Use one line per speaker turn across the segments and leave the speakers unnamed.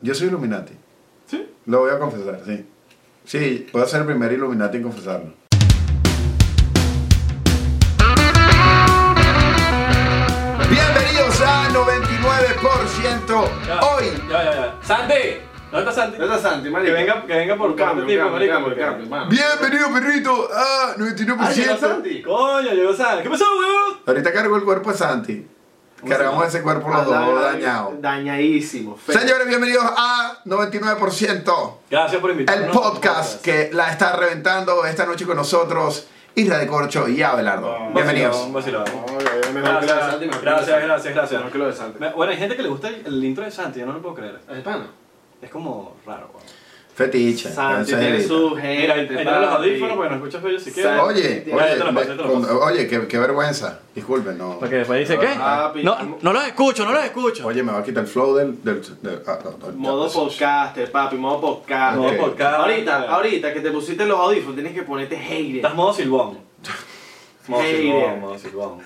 Yo soy Illuminati.
¿Sí?
Lo voy a confesar, sí. Sí, voy a ser el primer Illuminati en confesarlo. Bienvenidos a 99%
Ya,
hoy.
Ya, ya, ya. ¡Santi! ¿Dónde está Santi?
No está Santi,
Que
marico.
venga- que venga por
Un cambio,
cambio,
un
marico,
cambio, un
porque-
cambio, hermano.
Bienvenido, perrito, a
Ah, llegó
99%.
Santi.
Coño, llegó Santi. ¿Qué pasó, weón?
Ahorita cargo el cuerpo de Santi. Cargamos ese cuerpo los dos dañados.
Dañadísimo. feo.
Señores, bienvenidos a 99%.
Gracias por invitarme.
El podcast que la está reventando esta noche con nosotros, Isla de Corcho y Abelardo. Bienvenidos.
Un vacilón.
No, es mejor que lo de
Gracias,
Santi, mejor que lo de
gracias,
Santi.
gracias,
Mejor
gracias.
que lo de Santi.
Me- Bueno, hay gente que le gusta el, el intro de Santi, yo no lo puedo creer.
¿Es pana?
Es como raro, weón.
Fetiche.
Santi
en
tiene
serio.
su
Mira, ahí
gente.
tiene
papi.
los audífonos pues. porque no escuchas yo si quieres.
Santi.
Oye,
Ya,
oye,
te lo paso,
me-
te lo paso.
oye, qué, qué vergüenza. Disculpen, no.
Porque después dice, ¿qué?
Papi,
No, no los escucho, no los escucho.
Oye, me va a quitar el flow del. del, del- ah, no, no, ya
Modo
pasó.
podcaster, papi, modo podcast.
Modo
podcast.
Ahorita, ahorita que te pusiste los audífonos, tienes que ponerte hater.
pues. Estás modo silbón. Modo
Hater.
silbón, modo silbón.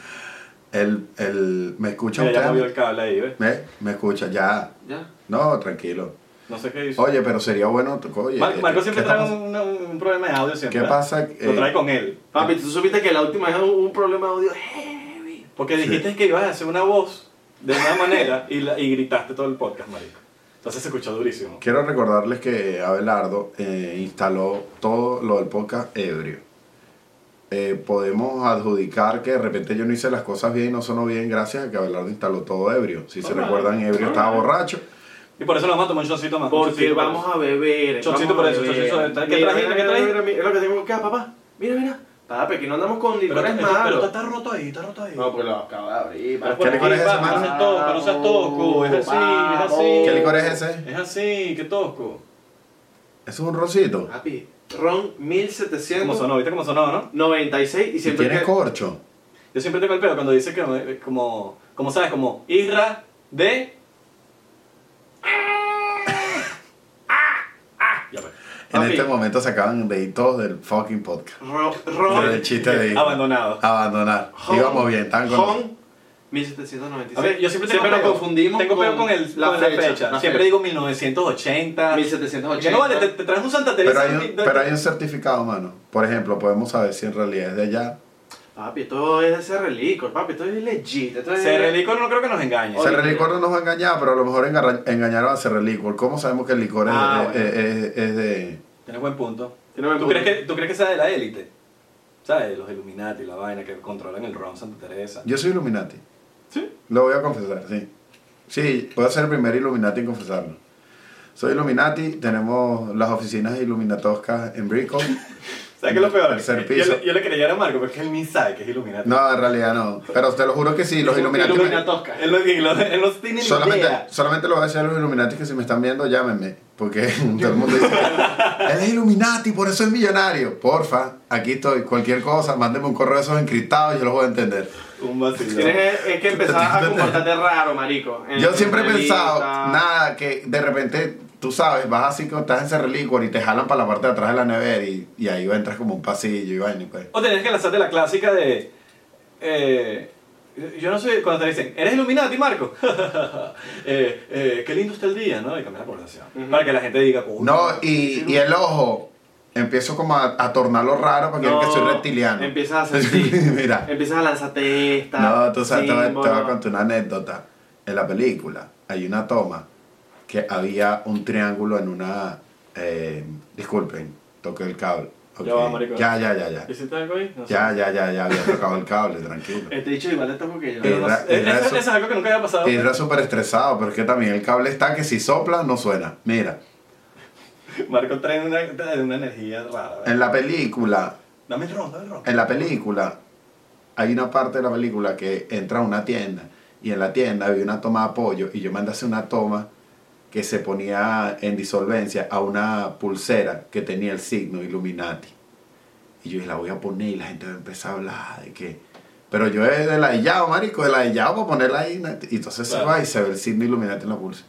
El, el, me escucha
Mira, ya movió
usted.
el cable ahí, ¿ves?
Me, me escucha, ya.
¿Ya?
No, tranquilo.
No sé qué hizo.
Oye, pero sería bueno. Oye,
Mar- Marco
Eh, ¿qué-
siempre
qué
trae
pasa?
un, un- un problema de audio siempre.
¿Qué pasa?
Lo
Eh,
trae con él.
Papi, tú supiste que la última vez hubo un problema de audio heavy.
Porque dijiste que ibas a hacer una voz de una manera y, la- y gritaste todo el podcast, marico. Entonces se escuchó durísimo.
Quiero recordarles que Abelardo eh, instaló todo lo del podcast ebrio. Eh, podemos adjudicar que de repente yo no hice las cosas bien y no sonó bien gracias a que Abelardo instaló todo ebrio. Si se
Alright,
recuerdan, ebrio
alright.
estaba borracho.
Y por eso nos vamos a tomar un shotcito más. un
Porque
shotcito para
vamos
eso.
a beber.
Chocito
vamos a
por eso,
beber.
chocito de- ¿qué trajiste,
Mira, mira,
qué
mira,
trajiste?
mira, mira, Es lo que tengo acá, papá. Mira, mira. Papi, aquí no andamos con
Pero,
licores
pero, pero
malos.
está roto ahí, está roto ahí.
No, porque lo acabo de abrir.
Pero
papi.
¿Qué licor es ese,
papi,
mano?
No seas tosco, no seas tosco. Es así, es así.
Vamos.
¿Qué licor es ese?
Es así, qué tosco.
Es un rosito.
Papi,
Como
ron 1796
sonó, ¿viste cómo sonó, no?
y
Y
siempre
tiene
que...
corcho.
Yo siempre tengo el pedo cuando dice que eh, como, como sabes, como Isra de...
Ah,
Ya, pues.
En
Papi.
este momento se acaban de ir todos del fucking podcast.
Ron,
Pero el
ron,
chiste de
Abandonado.
abandonar. Íbamos bien, tan con.
Ron, 1796.
A ver, yo siempre, tengo
lo
peo.
confundimos
Tengo
con,
peo con, el,
la
con
fecha.
siempre digo 1980.
1780.
Que no vale, te, te traes un Santa
Pero
Teresa.
hay
de-
un,
de-
pero hay un certificado, mano. Por ejemplo, podemos saber si en realidad es de allá.
Papi, todo es de ser relicor, papi, todo es legit. Esto es...
Cerre Licor no creo que nos engañe.
Oye,
Cerre Licor no nos va a engañar, pero a lo mejor engarra- engañaron a Cerre Licor. ¿Cómo sabemos que el licor es,
Ah,
es- es- es de...?
Tienes buen punto.
Tiene buen
¿Tú,
punto.
Crees que, ¿Tú crees que sea de la élite? ¿Sabes? Los Illuminati, la vaina que controlan el ron Santa Teresa.
Yo soy Illuminati.
¿Sí?
Lo voy a confesar, sí. Sí, voy a ser el primer Illuminati en confesarlo. Soy Illuminati, tenemos las oficinas iluminatoscas en Brico.
¿Sabes qué es lo peor?
Tercer
Yo,
Mm, piso.
le- yo le creyera a Marco, porque él ni sabe que es Illuminati.
No, en realidad no. Pero te lo juro que sí, los Illuminati... me-
Iluminatosca.
Él no, él no- él no tiene ni
solamente,
idea.
solamente lo voy a decir a los Illuminati que si me están viendo, llámenme. Porque todo el mundo dice, él es Illuminati, por eso es millonario. Porfa, aquí estoy. Cualquier cosa, mándenme un correo de esos encriptados, yo los voy a entender.
Un vacilón.
Tienes es que empezar a comportarte raro, marico. En-
Yo siempre he
en
pensado,
lista.
nada, que de repente, tú sabes, vas así, como estás en ese relicuar y te jalan para la parte de atrás de la nevera y, y ahí va, entras como un pasillo y vaina y pues.
O tenés que lanzarte la clásica de. eh, yo no sé, cuando te dicen, ¿eres Illuminati, Marco? eh, eh, qué lindo está el día, ¿no? Y cambiar la conversación.
Ujú.
Para que la gente diga, "Coño".
No, y, y el ojo, empiezo como a, a tornarlo raro porque
No,
es que soy reptiliano.
Empiezas a sentir.
Mira.
Empiezas a lanzarte esta.
No, tú sabes, te voy, te voy a
símbolo.
contar una anécdota. En la película hay una toma que había un triángulo en una... eh, disculpen, toqué el cable. ok.
Ya va, marico.
ya, ya, ya, ya.
¿Hiciste algo ahí? No sé.
Ya, ya, ya, ya había tocado el cable, tranquilo.
Este dicho igual está porque yo.
Pero no
Era-
sé,
era
Eh,
Eh, eso.
eso, eso es algo que nunca había pasado.
Y era súper estresado, pero es que también el cable está que si sopla no suena. Mira,
Marco trae una, trae una energía rara. ¿verdad?
en la película,
Dame el ron, dame el ron.
en la película, hay una parte de la película que entra a una tienda y en la tienda había una toma de apoyo y yo mandé a hacer una toma que se ponía en disolvencia a una pulsera que tenía el signo Illuminati. Y yo dije, la voy a poner y la gente va a empezar a hablar de que... Pero yo es de la Illao, marico, de la Illao para ponerla ahí. Y entonces se
Claro.
va y se ve el signo Illuminati en la pulsera.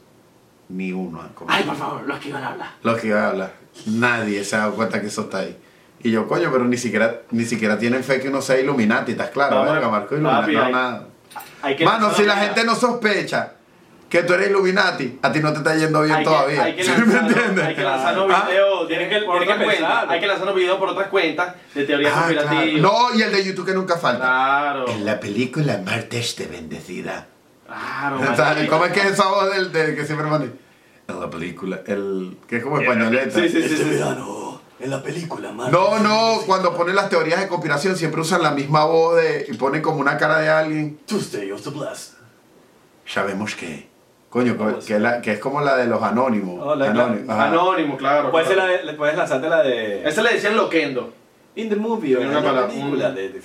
Ni uno. ah, ha comido.
Ay, por favor, los que iban a hablar.
lo que iba a hablar. Nadie se ha dado cuenta que eso está ahí. Y yo, coño, pero ni siquiera, ni siquiera tienen fe que uno sea Illuminati, ¿estás claro?
Vamos,
Verga, Marco Illuminati,
papi,
no,
hay-
nada.
Hay que
Mano, si la
mira,
gente no sospecha que tú eres Illuminati, a ti no te está yendo bien
Hay que-
todavía.
hay que
¿Sí me
lanzarlo-
entiendes?
Hay que lanzar los
Ah,
videos, tienen
Tienen
que,
que-
por
tienen
otras
que
cuentas.
pensarlo.
Hay que lanzar los videos por otras cuentas de teoría
ah, claro.
conspirativa.
No, y el de YouTube que nunca falta.
Claro.
En la película Martes de Bendecida.
Claro.
O sea,
marico.
¿Cómo es que es esa voz del, del que siempre pone? En la película, el que es como
Eh,
españoleta.
Sí, sí, sí.
Este
sí.
verano, en la película Marta.
No, no, cuando ponen las teorías de conspiración siempre usan la misma voz de, y ponen como una cara de alguien.
Tuesday of the Blast.
Sabemos que. Coño, co- que, la- que es como la de los anónimos.
Oh, la-
Anónimos, ajá.
Anónimo, claro.
Puedes, ser
claro.
Pues la de- le puedes lanzarte la de.
Ese le decían loquendo.
In the movie, o
Tiene
en
una
la
palabra-
película.
un-
De, de-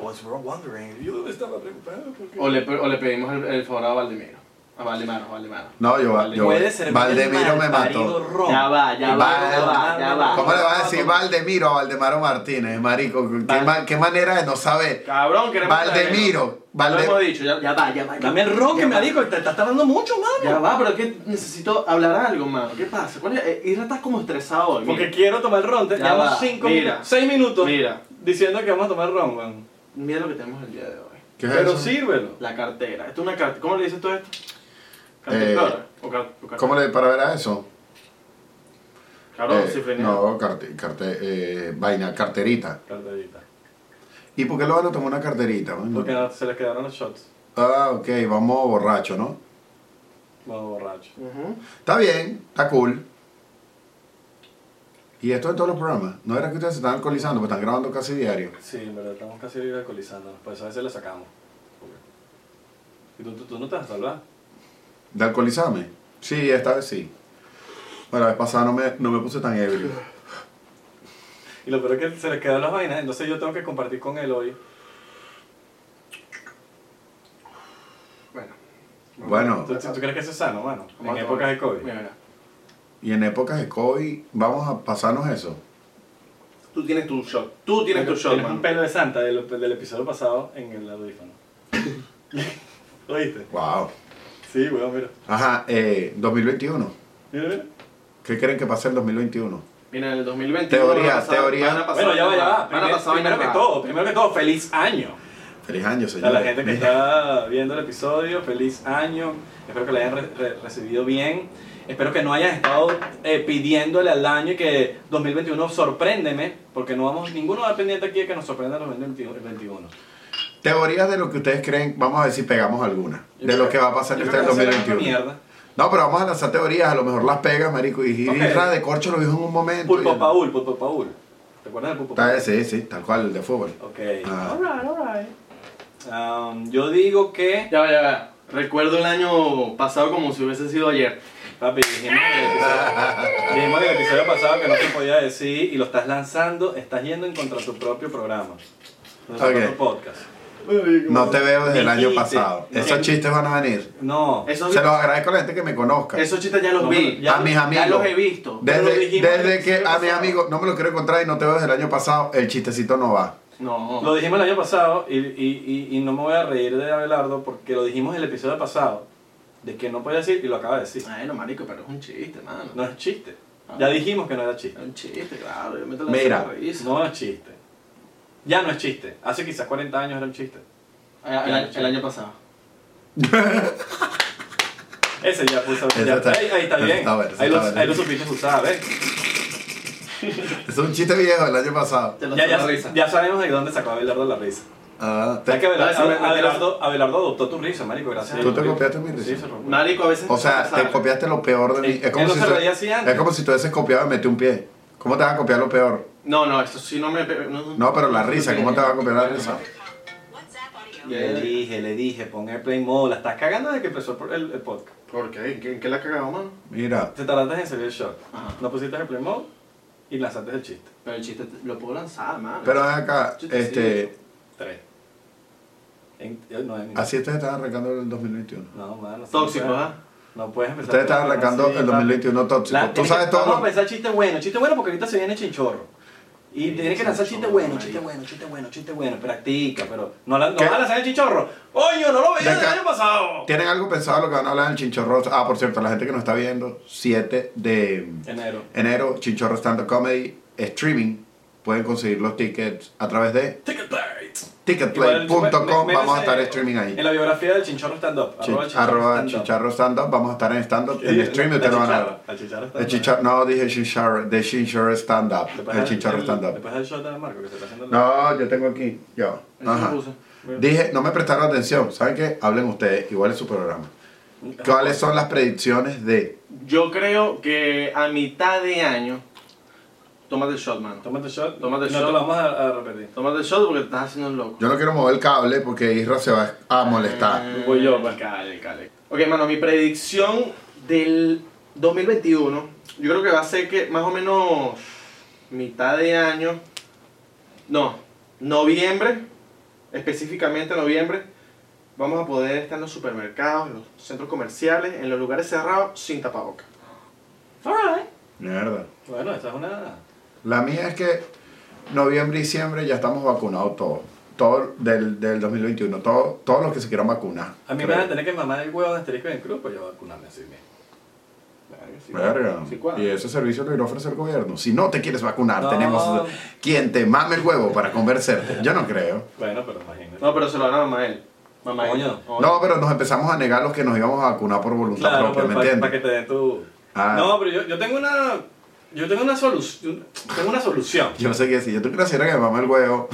Was wondering. Yo estaba preocupado porque.
O le, o le pedimos el, el favor a Valdemiro. A Valdemaro, Valdemaro.
No, yo, yo
Puede ser.
Valdemiro me
malparido
mató.
ron.
Ya va, ya va,
ya va,
ya va.
¿Cómo le vas
Ah,
a decir Valdemiro a Valdemaro Martínez, marico? ¿Qué,
Val-
ma- qué manera de no saber?
Cabrón, queremos.
Valdemiro.
Lo hemos
Valde-
dicho, ya, ya va, ya va. ya
Dame el
va,
ron que
ya
me
va.
dijo, te estás tardando mucho, mano.
Ya va, pero es que necesito hablar algo, mano. ¿Qué pasa? ¿Cuál es? Eh, Isra, estás como estresado hoy.
Porque
mira.
quiero tomar ron. Te
Ya
llevamos
va,
5
mira.
minutos. 6 minutos.
Mira.
Diciendo que vamos a tomar ron, man.
Mira lo que tenemos el día de hoy.
¿Qué es
Pero
eso?
sírvelo.
La cartera. Esto es una cartera. ¿Cómo le dices todo esto?
Eh,
Cartera. o car- o car-
¿Cómo le para ver a eso?
Cabrón,
Eh,
cifrineo.
no, carte, carte- eh, vaina, carterita.
Carterita.
¿Y por qué lo van a tomar una carterita? man?
Porque no- se les quedaron los shots.
Ah, ok, vamos borracho, ¿no?
Modo borracho.
Ujú.
Está bien, está cool. Y esto en todos los programas. No era que ustedes se están alcoholizando, pues están grabando casi diario.
Sí, en verdad, estamos casi alcoholizándonos. Por eso a veces le sacamos. Y tú, tú, tú no te vas a salvar.
¿De alcoholizarme? Sí, esta vez sí. Bueno, la vez pasada no me, no me puse tan ebrio.
Y lo peor es que se les quedaron las vainas, entonces yo tengo que compartir con él hoy.
Bueno.
Bueno,
¿Tú, tú crees que eso es sano, mano?
vamos
En
a
épocas de COVID.
Mira, mira.
y en épocas de COVID, vamos a pasarnos eso.
Tú tienes tu shot. Tú tienes tu shot,
Tienes un
mano.
pelo de santa del, del episodio pasado en el audífono. ¿Oíste?
Wow.
Sí, weón, mira.
Ajá, eh, 2021.
Mira, mira.
¿Qué creen que pase en 2021?
Mira, en el 2020.
Teoría, teoría.
Bueno, ya va, ya va.
Van a
Primero,
pasar
primero que todo, primero que todo, feliz año.
Feliz año,
A
señor.
la gente que está viendo el episodio, feliz año. Espero que lo hayan re- re- recibido bien. Espero que no hayan estado eh, pidiéndole al año y que 2021 sorpréndeme, porque no vamos ninguno va pendiente aquí de que nos sorprenda el 2021.
Teorías de lo que ustedes creen, vamos a ver si pegamos alguna.
Yo
de
creo
lo que va a pasar
Yo
en
creo
este
que va a ser la misma
2021.
mierda.
No, pero vamos a lanzar teorías, a lo mejor las pegas, marico. Y
Ok.
Isra de Corcho lo dijo en un momento.
Pulpo
y-
Paul, Pulpo Paul. ¿Te acuerdas del Pulpo
Está
Paul?
ese, sí, tal cual, el de fútbol.
Ok.
Ah.
Alright, alright. Um, yo digo que.
Ya va, ya va. Recuerdo el año pasado como si hubiese sido ayer.
Papi, dijimos en, el episodio, dijimos en el episodio pasado que no te podía decir y lo estás lanzando, estás yendo en contra de tu propio programa. De tu
Ok.
propio podcast.
No te veo desde el año
Dijiste.
pasado. Esos chistes van a venir.
No.
Esos,
Se los agradezco a la gente que me conozca.
esos chistes ya los
No,
vi.
ya-
a mis
Ya
amigos.
los he visto.
pero lo
Desde,
dijimos en el
desde que
episodio
a mis
pasado.
amigos no me lo quiero encontrar y no te veo desde el año pasado, el chistecito no va.
No.
Lo dijimos el año pasado y, y- y- y no me voy a reír de Abelardo porque lo dijimos en el episodio pasado de que no podía decir y lo acaba de decir.
Bueno, marico, pero es un chiste, mano.
No es chiste. Ya dijimos que no era chiste.
Es un chiste, claro. Yo me te la
Mira,
hago de risa.
No es chiste. Ya no es chiste. Hace quizás 40 años era un chiste.
Ah, el, el año pasado.
Ese ya puso.
Ese
ya-
está-
ahí, ahí está
ese
bien.
está bueno, ese
ahí,
está
lo,
bueno.
ahí lo supiste usar, ¿eh? ¿ves?
Es un chiste viejo del año pasado.
Te lo
Ya,
hago de
ya,
risa.
ya sabemos de dónde sacó Abelardo la risa.
Ah, te-
¿Sabes que Abelardo,
Ah, sí, me- me-
Abelardo- Abelardo adoptó tu risa, marico? Gracias.
¿Tú
a
te
Dios.
copiaste mi risa?
Sí, se rompió.
Marico, a veces.
o sea,
pasa
te
algo.
copiaste lo peor de mí.
Él-
Es como,
él no
si
Eh, se
tú-
reía así antes.
es como si tú hubieses copiado y metí un pie. ¿Cómo te vas a copiar lo peor?
No, no, esto sí no me. pe- No,
No, pero la risa, ¿cómo te vas a copiar la
Bueno,
risa?
WhatsApp audio.
Le dije, le dije, pon Airplay Mode. La estás cagando desde que empezó el, el podcast.
¿Por qué? ¿En qué, en qué la has cagado, mano?
Mira,
Te tardaste en salir el shot.
Ajá.
No pusiste Airplay Mode y lanzaste el chiste.
Pero el chiste te- lo puedo lanzar, mano.
pero ven acá, este,
Tres. En- yo- no, en-
así ustedes están arrancando el 2021.
No, mano.
Tóxico,
no puedes-
¿ah?
No puedes empezar.
Ustedes están
a-
arrancando
así,
el
papi.
2021 tóxico.
La-
Tú
tienes
sabes
que- pues.
todo
Vamos a
lo
pensar chiste bueno, chiste bueno porque ahorita se viene chinchorro. Y
Sí,
tienes que lanzar chiste
chinchorro,
bueno, chiste
marico.
bueno, chiste bueno, chiste bueno. Practica, pero no, la, no
¿Qué?
vas a lanzar el chinchorro. ¡Coño, no lo veía
Ven
desde el
acá.
año pasado!
¿Tienen algo pensado de lo que van a hablar en el Chinchorro? Ah, por cierto, la gente que nos está viendo, 7 de
Enero.
enero, Chinchorro Stand Up Comedy, streaming. Pueden conseguir los tickets a través de
Ticket Bites. Igual,
Ticketplay.com.
me- me-
Vamos a estar
eh,
streaming ahí.
En la biografía del Chinchorro Stand Up.
Chi- arroba chicharro stand-up. Vamos a estar en stand-up. En stream ustedes lo van a ver.
El Chicharro
El
Stand Up.
chichar- no, dije chicharro, de chicharro stand-up.
Después
El
del-
chicharro
del-
stand-up.
Después del show de Marco que se está haciendo. el-
No, yo tengo aquí, yo. Ajá. Dije, no me prestaron atención. ¿Saben qué? Hablen ustedes, igual es su programa. ¿Cuáles son las predicciones de
Yo creo que a mitad de año. Tómate el shot, mano.
Tómate el shot.
Tómate el
no
shot.
te lo vamos a, a repetir.
Tómate el shot porque te estás haciendo el loco.
Yo no quiero mover el cable porque Isra se va a molestar.
Ah,
Voy yo, pues.
Cale, cale. Ok, mano, mi predicción del 2021, yo creo que va a ser que más o menos mitad de año, no, noviembre, específicamente noviembre, vamos a poder estar en los supermercados, en los centros comerciales, en los lugares cerrados, sin tapabocas.
Alright.
Mierda.
Bueno, esa es una.
La mía es que noviembre y diciembre ya estamos vacunados todos. Todo del, del 2021, todo, todos los que se quieran vacunar.
A mí me
creo.
van a tener que mamar el huevo de asterisco en el club, pues yo voy a vacunarme así mismo.
Verga.
Sí, cuadra.
y ese servicio lo irá a ofrecer el gobierno. Si no te quieres vacunar,
No.
tenemos quien te mame el huevo para convencerte. Yo no creo.
Bueno, pero imagínate.
No, pero se lo van a mamar él. Mamá él.
Coño.
Coño.
No, pero nos empezamos a negar los que nos íbamos a vacunar por voluntad
claro,
propia, ¿me
para,
entiendes?
que te den tu.
Ah.
No, pero yo, yo tengo una. Yo tengo una solución. Tengo una solución.
Yo no sé qué decir. Yo tú crees que me mame el huevo.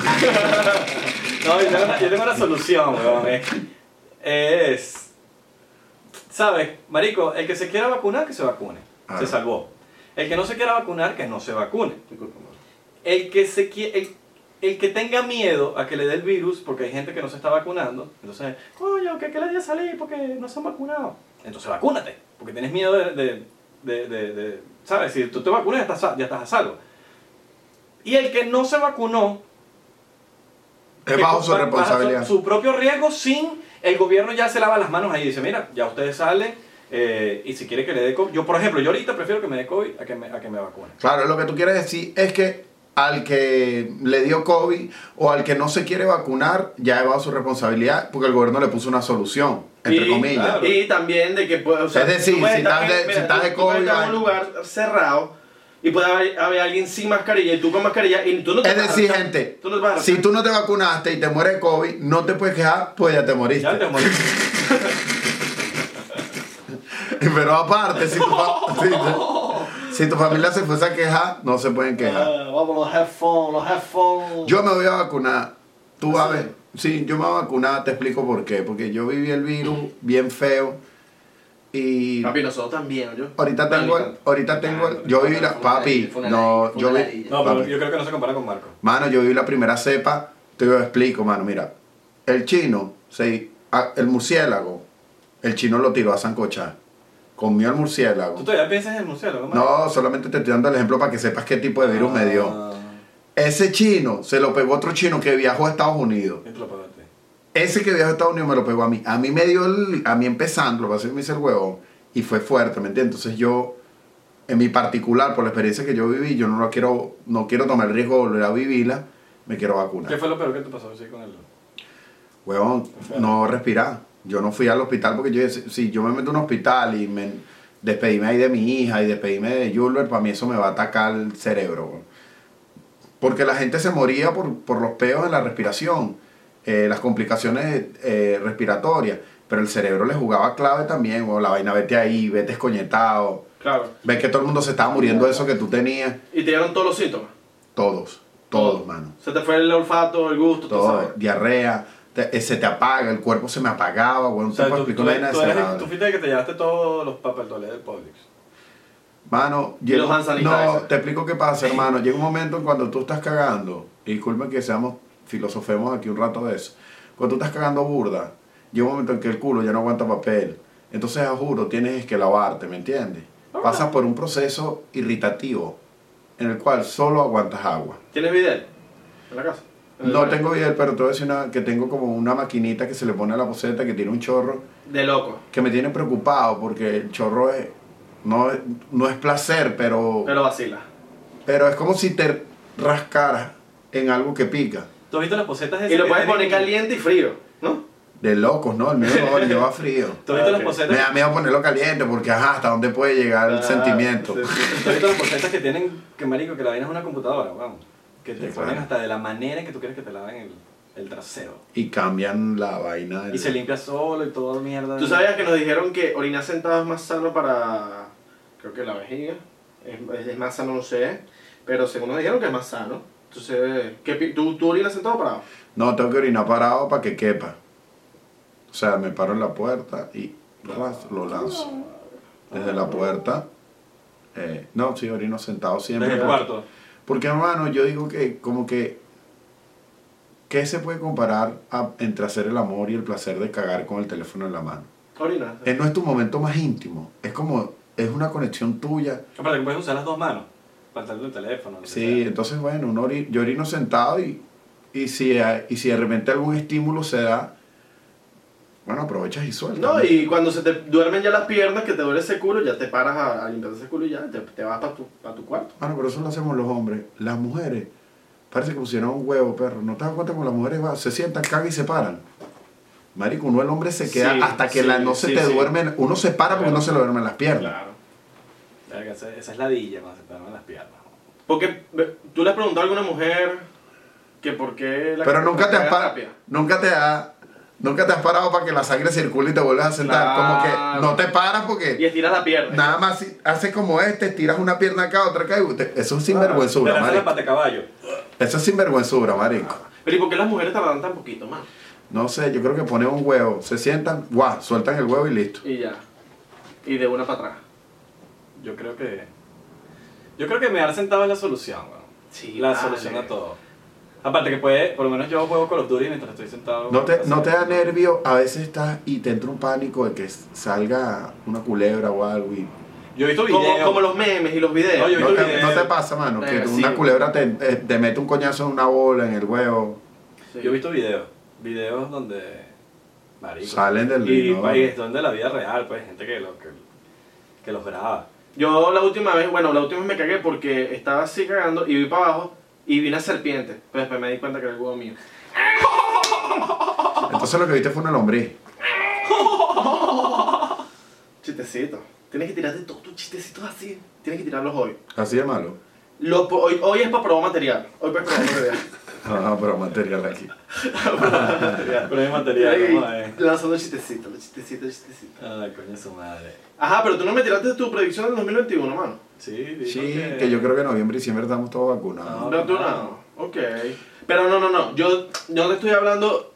No, yo tengo una, yo tengo una solución, weón. eh. Es. ¿Sabes, Marico? El que se quiera vacunar, que se vacune.
Ah.
Se salvó. El que no se quiera vacunar, que no se vacune.
Disculpa, mano.
El que, se, qui- el, el que tenga miedo a que le dé el virus, porque hay gente que no se está vacunando, entonces, coño, que, que le día salí porque no se han vacunado. Entonces vacúnate, porque tienes miedo de, de, de- de- de- ¿sabes? Si tú te vacunas, estás a- ya estás a salvo. Y el que no se vacunó,
Es
que
bajo
cu-
su
bajo
responsabilidad.
su propio riesgo sin el gobierno ya se lava las manos ahí y dice, mira, ya ustedes salen eh, y si quiere que le dé COVID. Yo, por ejemplo, yo ahorita prefiero que me dé COVID a que me, a que me vacune.
Claro, lo que tú quieres decir es que al que le dio COVID o al que no se quiere vacunar, ya es bajo su responsabilidad porque el gobierno le puso una solución, entre
Y,
comillas.
claro.
Y también de que puede, o sea,
Es decir,
tú puedes
si
estar
estás de-
en-
si estás de
tú- tú puedes
COVID,
estar en
hay-
un lugar cerrado y puede haber, haber alguien sin mascarilla y tú con mascarilla y tú no te
Es
vas a
decir,
arrastrar.
gente,
tú no te vas a
si
arrastrar.
tú no te vacunaste y te muere de COVID, no te puedes quejar, pues ya te moriste.
Ya te morí.
Pero aparte, si tu, fa- si tu- si tu familia se fuese a quejar, no se pueden quejar.
Ah, vamos, los headphones, los headphones.
Yo me voy a vacunar. Tú vas a ver. Sí, yo me voy a vacunar, te explico por qué. Porque yo viví el virus bien feo. Y
Papi, nosotros también, yo.
ahorita tengo el. Ahorita tengo el. Yo viví la. Papi, no, yo vi.
No, pero
papi.
yo creo que no se compara con Marco.
Mano, yo viví la primera cepa, te lo explico, mano, mira. El chino, se- a- el murciélago, el chino lo tiró a zancochar. Comió el murciélago.
¿Tú todavía piensas en el murciélago, Marco?
No, solamente te estoy dando el ejemplo para que sepas qué tipo de virus me dio.
Ah.
Ese chino se lo pegó a otro chino que viajó a Estados Unidos.
¿Quién te lo pagaste?
Ese que viajó a Estados Unidos me lo pegó a mí. A mí me dio el- a mí empezando, lo que pasa es que me hice el huevón y fue fuerte, ¿me entiendes? Entonces yo, en mi particular, por la experiencia que yo viví, yo no lo quiero, no quiero tomar el riesgo de volver a vivirla, me quiero vacunar.
¿Qué fue lo peor que te pasó así con él?
Huevón, no respirar. Yo no fui al hospital porque yo, si si yo me meto en un hospital y me despedíme ahí de mi hija y despedíme de Julber, para mí eso me va a atacar el cerebro. huevón. Porque la gente se moría por, por los peos en la respiración, eh, las complicaciones eh, respiratorias, pero el cerebro le jugaba clave también, huevón. la vaina vete ahí, vete escoñetado,
Claro.
ves que todo el mundo se estaba muriendo de eso que tú tenías,
Y te dieron todos los síntomas.
todos, todos, mano
Se te fue el olfato, el gusto, todo.
todo, diarrea, te- eh, se te apaga, el cuerpo se me apagaba, güey, un tiempo
tú,
explicó
tú-
una vaina
tú eres-
desagradable.
tú fuiste el que te llevaste todos los papeles del Publix.
Mano,
Y los hand sanitizer.
no, te explico qué pasa, hermano. Llega un momento en cuando tú estás cagando, y disculpen que seamos, filosofemos aquí un rato de eso. Cuando tú estás cagando burda, llega un momento en que el culo ya no aguanta papel. Entonces, a juro, tienes que lavarte, ¿me entiendes? Pasas por un proceso irritativo en el cual solo aguantas agua.
¿Tienes video? ¿En la casa? ¿En el
No
baño?
tengo video, pero te voy a decir una, que tengo como una maquinita que se le pone a la poseta que tiene un chorro
De loco.
que me tiene preocupado porque el chorro es, no, es- no es placer, pero, pero,
Pero vacila.
es como si te rascaras en algo que pica.
¿Tú has visto las posetas esas
Y lo
que
puedes poner
tienen-
caliente y frío, ¿no?
De locos, ¿no? El mío no, el mío va frío.
¿Tú has visto
Ah,
las
ok.
Me
posetas?
da miedo ponerlo caliente porque, ajá, ¿hasta dónde puede llegar el
Ah,
sentimiento?
sí, sí.
¿Tú has visto las posetas que tienen, que marico, que la vaina es una computadora, vamos? Que te
Sí,
ponen
claro.
hasta de la manera en que tú quieres que te laven el, el trasero.
Y cambian la vaina. del-
Y se limpia solo y todo mierda.
¿Tú sabías que nos dijeron que orinar sentado es más sano para. Creo que la vejiga. Es, es- es más sano, no sé. Pero según nos dijeron que es más sano. Entonces, ¿qué, pi- ¿tú, ¿tú orinas sentado o parado?
No, tengo que orinar parado para que quepa. O sea, me paro en la puerta y ras- lo lanzo. Desde la puerta. eh, no, sí, orino sentado siempre.
Desde el cuarto.
Porque, hermano, yo digo que como que... ¿Qué se puede comparar a- entre hacer el amor y el placer de cagar con el teléfono en la mano?
Orinas.
Eh, no es tu momento más íntimo. Es como... Es una conexión tuya.
Aparte que puedes usar las dos manos. Para estar el teléfono. lo que
Sí,
sea.
entonces, bueno, uno ori- yo orino sentado y, y, si, eh, y si de repente algún estímulo se da, bueno, aprovechas y sueltas.
No, y cuando se te duermen ya las piernas, que te duele ese culo, ya te paras a, a limpiar ese culo y ya te, te vas para tu, pa' tu cuarto.
Mano, pero eso lo hacemos los hombres. Las mujeres, parece que pusieron un huevo, perro. ¿No te das cuenta cómo las mujeres va? se sientan, cagan y se paran? Marico, uno el hombre se queda
Sí,
hasta que
sí,
la, no se
sí,
te
sí.
duermen, uno se para porque
Claro.
no se le duermen las piernas.
Claro.
Verga, esa, esa es la dilla cuando se te duermen las piernas.
Porque ve, tú le has preguntado a alguna mujer que por qué la
Pero nunca te, has
caga
pa-
rápida.
nunca te ha- Nunca te has parado para que la sangre circule y te vuelvas a sentar.
Claro.
Como que no te paras
Y
porque
estiras la pierna.
nada más si- haces como este, tiras una pierna acá, otra acá y te- eso es sinvergüenzura,
Te lanzas la
marico.
pata de caballo.
Eso es sinvergüenzura, marico.
Pero ¿y por qué las mujeres tardan tan poquito más?
No sé, yo creo que ponen un huevo, se sientan, guau, sueltan el huevo y listo.
Y ya. Y de una para atrás.
Yo creo que. Yo creo que mear sentado es la solución, weón.
Sí,
La
vale.
solución a todo. Aparte que puede, por lo menos yo juego Call of Duty mientras estoy sentado.
¿No te, no te da nervio? A veces estás y te entra un pánico de que s- salga una culebra o algo y...
Yo he visto
Como,
videos.
como los memes y los videos.
No, yo-
¿No te,
olvidé.
no te pasa, mano? Que
Eh, sí.
una culebra te, eh, te mete un coñazo en una bola, en el huevo,
Sí.
Yo he visto videos. Videos donde. Marico.
salen del...
y
inodoro.
país donde la vida real, pues, gente que, lo, que, que los graba.
Yo la última vez, bueno, la última vez me cagué porque estaba así cagando y vi para abajo y vi una serpiente. Pero después me di cuenta que era el huevo mío.
Entonces lo que viste fue una lombriz.
Chistecito. Tienes que tirarte todos tus chistecitos así. Tienes que tirarlos hoy.
Así de malo.
Los po- hoy, hoy es para probar material. Hoy para probar material.
Ajá, Ah, pero material aquí.
Pero hay material,
Ey,
vamos a ver.
Lanzando chistecitos, los chistecitos, los chistecitos.
Ay, coño, su madre.
Ajá, pero tú no me tiraste tu predicción del 2021, mano.
Sí, dijo
Sí, que yo creo que en noviembre y diciembre estamos todos
No,
vacunados.
No, tú no.
claro.
Ok. Pero no, no, no. Yo, yo no te estoy hablando.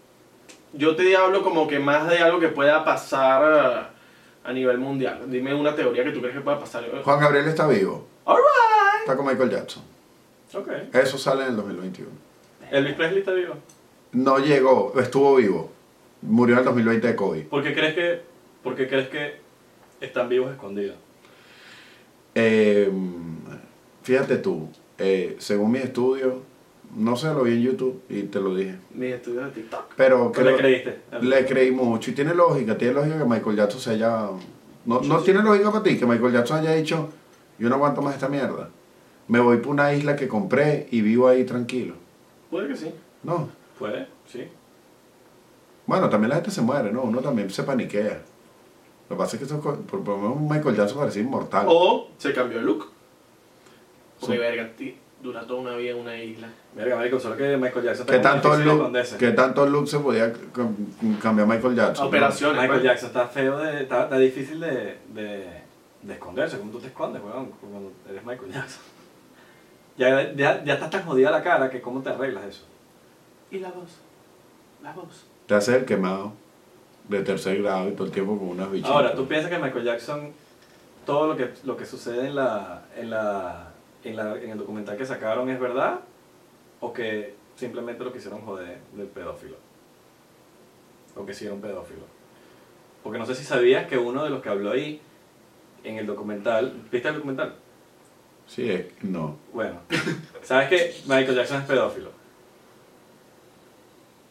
Yo te hablo como que más de algo que pueda pasar eh, a nivel mundial. Dime una teoría que tú crees que pueda pasar. eh,
Juan Gabriel está vivo.
Alright.
Está con Michael Jackson.
Ok.
Eso sale en el 2021.
Elvis Presley está vivo.
No llegó, estuvo vivo. Murió en el 2020 de COVID.
¿Por qué crees que, por qué crees que están vivos escondidos?
Eh, fíjate tú, eh, según mi estudio, no sé, lo vi en YouTube y te lo dije.
Mis estudios de TikTok.
Pero
¿Qué
creo-
le creíste?
le creí mucho y tiene lógica, tiene lógica que Michael Jackson se haya... No, no tiene lógica para ti que Michael Jackson haya dicho, yo no aguanto más esta mierda. Me voy por una isla que compré y vivo ahí tranquilo.
Puede que sí.
No.
¿Puede? Sí.
Bueno, también la gente se muere, ¿no? Uno también se paniquea. Lo que pasa es que eso, co- por por lo menos Michael Jackson parecía inmortal.
O se cambió el look. Porque
Sí.
verga, ti- dura toda una vida en una isla.
Verga, marico, solo que Michael Jackson
¿Qué
está muy
tanto,
difícil de
look,
esconderse.
¿Qué tanto look se podía cam- cambiar Michael Jackson?
Operación.
Michael Jackson está feo, de, está, está difícil de, de, de esconderse. ¿Cómo tú te escondes, weón? Cuando eres Michael Jackson. Ya, ya, ya estás tan jodida la cara que cómo te arreglas eso.
Y la voz. La voz.
Te hace el quemado de tercer grado y todo el tiempo con unas bichitas.
Ahora, ¿tú piensas que Michael Jackson, todo lo que, lo que sucede en, la, en, la, en, la, en el documental que sacaron es verdad? ¿O que simplemente lo quisieron joder del pedófilo? ¿O que sí era un pedófilo? Porque no sé si sabías que uno de los que habló ahí en el documental, ¿viste el documental?
Sí, es- no.
Bueno, ¿sabes que Michael Jackson es pedófilo?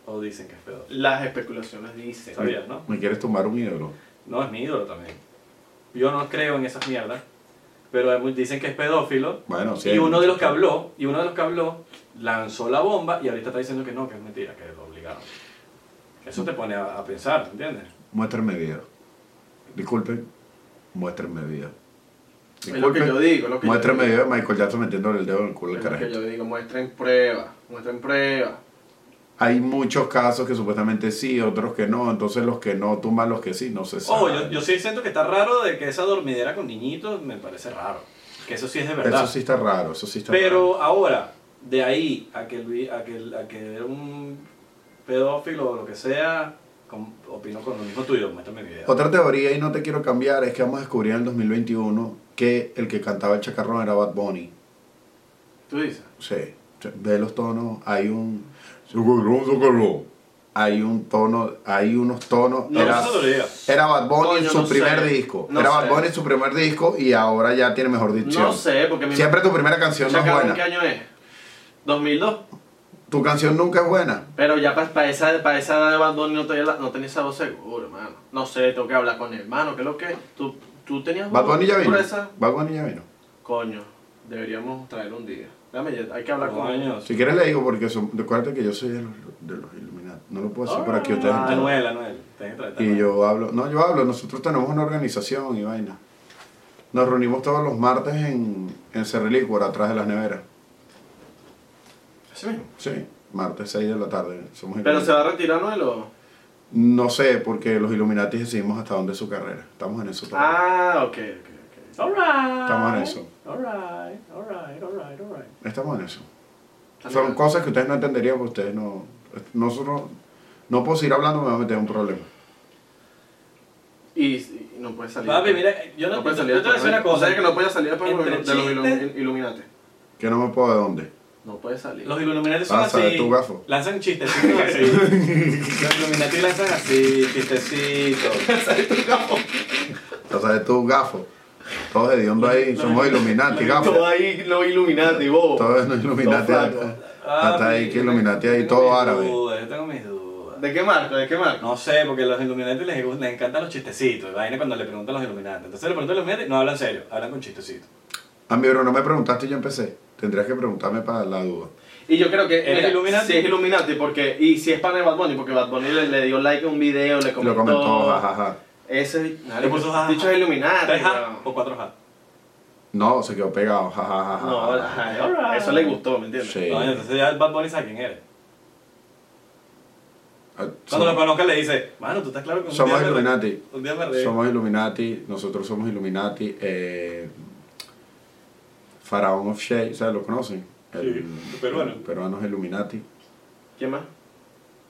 ¿O dicen que es pedófilo?
Las especulaciones dicen.
¿Sabías, no?
¿Me quieres tumbar un ídolo?
No, es mi ídolo también. Yo no creo en esas mierdas, pero hay mu- dicen que es pedófilo.
Bueno, sí.
Y uno de los que habló, y uno de los que habló, lanzó la bomba y ahorita está diciendo que no, que es mentira, que lo obligaron. Eso te pone a, a pensar, ¿entiendes?
Muéstrenme video. Disculpen, muéstrenme video.
Es lo que yo digo, es lo que yo
Muéstrenme
digo.
video de Michael Jackson metiéndole el dedo en el culo al
Es lo que
carajito.
yo digo, muestren pruebas, muestren pruebas.
hay muchos casos que supuestamente sí, otros que no, entonces los que no tumban los que sí, no se sabe.
Oh, yo, yo sí siento que está raro de que esa dormidera con niñitos me parece raro. Que eso sí es de verdad.
Eso sí está raro, eso sí está raro.
Pero ahora, de ahí a que, Luis- a que, a que un pedófilo o lo que sea, com- opino con lo mismo tuyo, muéstrame mi video.
Otra teoría, y no te quiero cambiar, es que vamos a descubrir en el 2021 que el que cantaba el chacarrón era Bad Bunny.
Tú dices.
Sí, ve los tonos, hay un... Chacarrón, chacarrón. Hay un tono, hay unos tonos...
No,
era-
eso lo diría.
Era Bad Bunny
Coño,
en su
no
primer
sé.
disco.
No
era Bad
sé.
Bunny en su primer disco y ahora ya tiene mejor dicción.
No sé, porque mi
Siempre tu primera canción no es
Chacarrón, ¿qué
buena.
año es? 2002.
Tu canción nunca es buena.
Pero ya para esa, pa esa edad de Bad Bunny no tenía, la- no tenía esa voz segura, hermano. No sé, tengo que hablar con el hermano, ¿qué es lo que? ¿Tú, tú tenías
Bad
voz
Bunny ya vino.
gruesa?
Bad Bunny ya vino.
Coño, deberíamos traerlo un día. Dame, ya, hay que hablar con él.
Coño,
Si quieres le digo porque son- recuerda que yo soy de los, de los Illuminati. No lo puedo decir por aquí.
Ah,
Ustedes entienden.
Ah, Anuel, Anuel. tenés que traer a
Y
Anuel.
yo hablo, no, yo hablo, nosotros tenemos una organización y vaina. Nos reunimos todos los martes en, en Cerrelícuaro, atrás de las neveras.
Así mismo.
Sí, martes 6 de la tarde. Somos
Pero
Illuminati.
se va a retirar Noel o.
No sé, porque los Illuminati decidimos hasta dónde es su carrera. Estamos en eso todavía.
Ah, ok, ok, ok.
Alright.
Estamos en eso.
Alright, alright, alright, alright.
Estamos en eso.
Está
Son
bien.
cosas que ustedes no entenderían porque ustedes no... Nosotros... No puedo seguir hablando, me va a meter en un problema.
Y, y no puede salir.
Papi, mira, yo no,
no
yo
puede
te
salir.
voy a decir una
después, ¿no?
cosa.
¿Sabes que no puede salir después de los,
Entre
ilu- de los ilu-
chistes-
il- Illuminati?
Que no me puedo de dónde.
No puede salir.
Los Illuminati son
Pasa de
así.
tu gafo.
Lanzan chistecitos así. Los Illuminati lanzan así, chistecitos.
O sea, de tu gafo. Todos hediondo ahí. Somos Illuminati,
Todo
gafo.
ahí los Illuminati, bobo.
Todos los Illuminati.
Todo flaco.
Hasta ahí que Illuminati ahí,
Yo Ah, tengo
todo
mis
árabe.
dudas, Yo tengo mis dudas.
¿De qué marco? ¿De qué marco?
No sé, porque a los Illuminati les, gust- les encantan los chistecitos. Vaina cuando le preguntan a los Illuminati. Entonces le preguntan a los Illuminati, no hablan serio, hablan con chistecitos.
A mí, pero Ah, no me preguntaste y yo empecé. Tendrías que preguntarme para la duda.
Y yo creo que
¿Eres
mira,
Illuminati?
si es Illuminati, porque, y si es pana de Bad Bunny, porque Bad Bunny le, le dio like a un video, le
Y
comentó.
lo comentó, jajaja.
Ese
Le puso jaja.
dicho es Illuminati.
¿Tres A
Ah, weón.
o cuatro A?
No, se quedó pegado, jajaja.
No, ajá,
Alright.
eso le gustó, ¿me entiendes?
Sí.
No, entonces ya el Bad Bunny sabe quién eres.
Ah,
Cuando lo
somos-
conozca le dice, mano, tú estás claro que un
Somos
día me re-
Illuminati.
Un día me reí.
Somos Illuminati, nosotros somos Illuminati. Eh, Faraón of Shea, ¿sabes? ¿Lo conocen?
Sí, peruano.
el peruano es Illuminati.
¿Quién más?